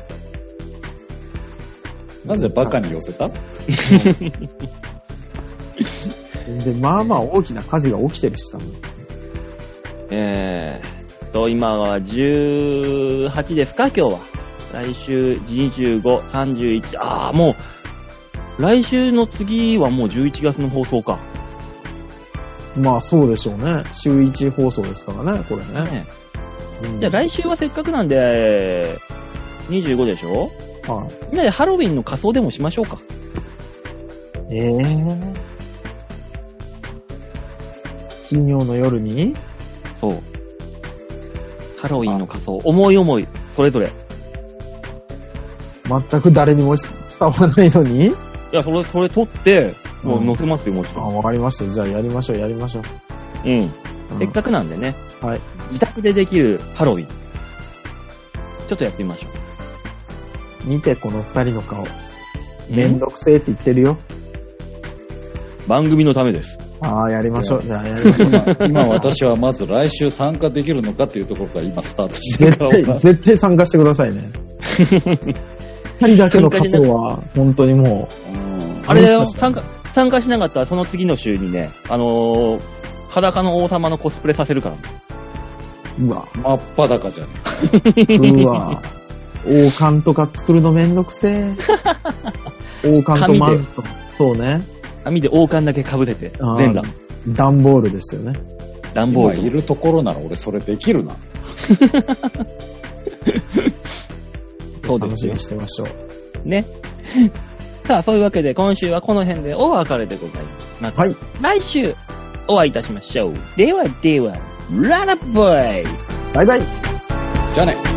Speaker 4: なぜバカに寄せた
Speaker 3: で、まあまあ大きな火事が起きてるしさ。
Speaker 2: えー、と、今は18ですか、今日は。来週25、31、あー、もう、来週の次はもう11月の放送か。
Speaker 3: まあそうでしょうね。週1放送ですからね、これね。
Speaker 2: ね
Speaker 3: うん
Speaker 2: じゃあ来週はせっかくなんで、25でしょ
Speaker 3: はい
Speaker 2: みんなでハロウィンの仮装でもしましょうか。
Speaker 3: ええ金曜の夜に
Speaker 2: そう。ハロウィンの仮装、思い思い、それぞれ。い
Speaker 3: 全く誰にもし伝わらないのに
Speaker 2: や、それ、それ撮って、もう載せますよ、もち
Speaker 3: あ、
Speaker 2: ろん。
Speaker 3: わかりました。じゃあやりましょう、やりましょう。
Speaker 2: うん。
Speaker 3: うん
Speaker 2: せっかくなんでね。
Speaker 3: はい。
Speaker 2: 自宅でできるハロウィン。ちょっとやってみましょ
Speaker 3: 見て、この二人の顔。
Speaker 2: う。
Speaker 3: めんどくせえって言ってるよ。
Speaker 2: 番組のためです。
Speaker 3: ああ、やりましょう。
Speaker 4: い
Speaker 3: じゃあや りましょう。
Speaker 4: 今今私はまず来週参加できるのかっていうところから今スタートしてる
Speaker 3: 絶
Speaker 4: か
Speaker 3: 対、
Speaker 4: ら。
Speaker 3: 絶対参加してくだ さいね。二人だけの仮装は、本当にも
Speaker 4: うん
Speaker 2: あれだよ、
Speaker 3: 楽しかっ
Speaker 2: 参
Speaker 3: た
Speaker 2: 加、参加しなかったらその次の週にね、あのー、裸の王様のコスプレさせるから。
Speaker 3: う、うわ、
Speaker 4: 真っ裸じゃん。
Speaker 3: う わ、王冠とか作るのめんどくせえ。王冠とマント。そうね。
Speaker 2: 網で王冠だけ被れて、
Speaker 3: あー
Speaker 2: 全裸。
Speaker 3: 段ボールですよね。
Speaker 2: 段ボ
Speaker 4: 今
Speaker 2: ー
Speaker 4: い
Speaker 2: ル。
Speaker 4: るところなら俺それできる な。
Speaker 2: そうで
Speaker 3: 楽
Speaker 2: す
Speaker 3: しみ
Speaker 2: よ
Speaker 3: に。してましょう。
Speaker 2: ね。 さあ、そういうわけで今週はこの辺でお別れでございます。また
Speaker 3: はい。
Speaker 2: 来週お会いいたしましょう。ではでは、ララバイ
Speaker 3: バイバイ
Speaker 4: じゃあね。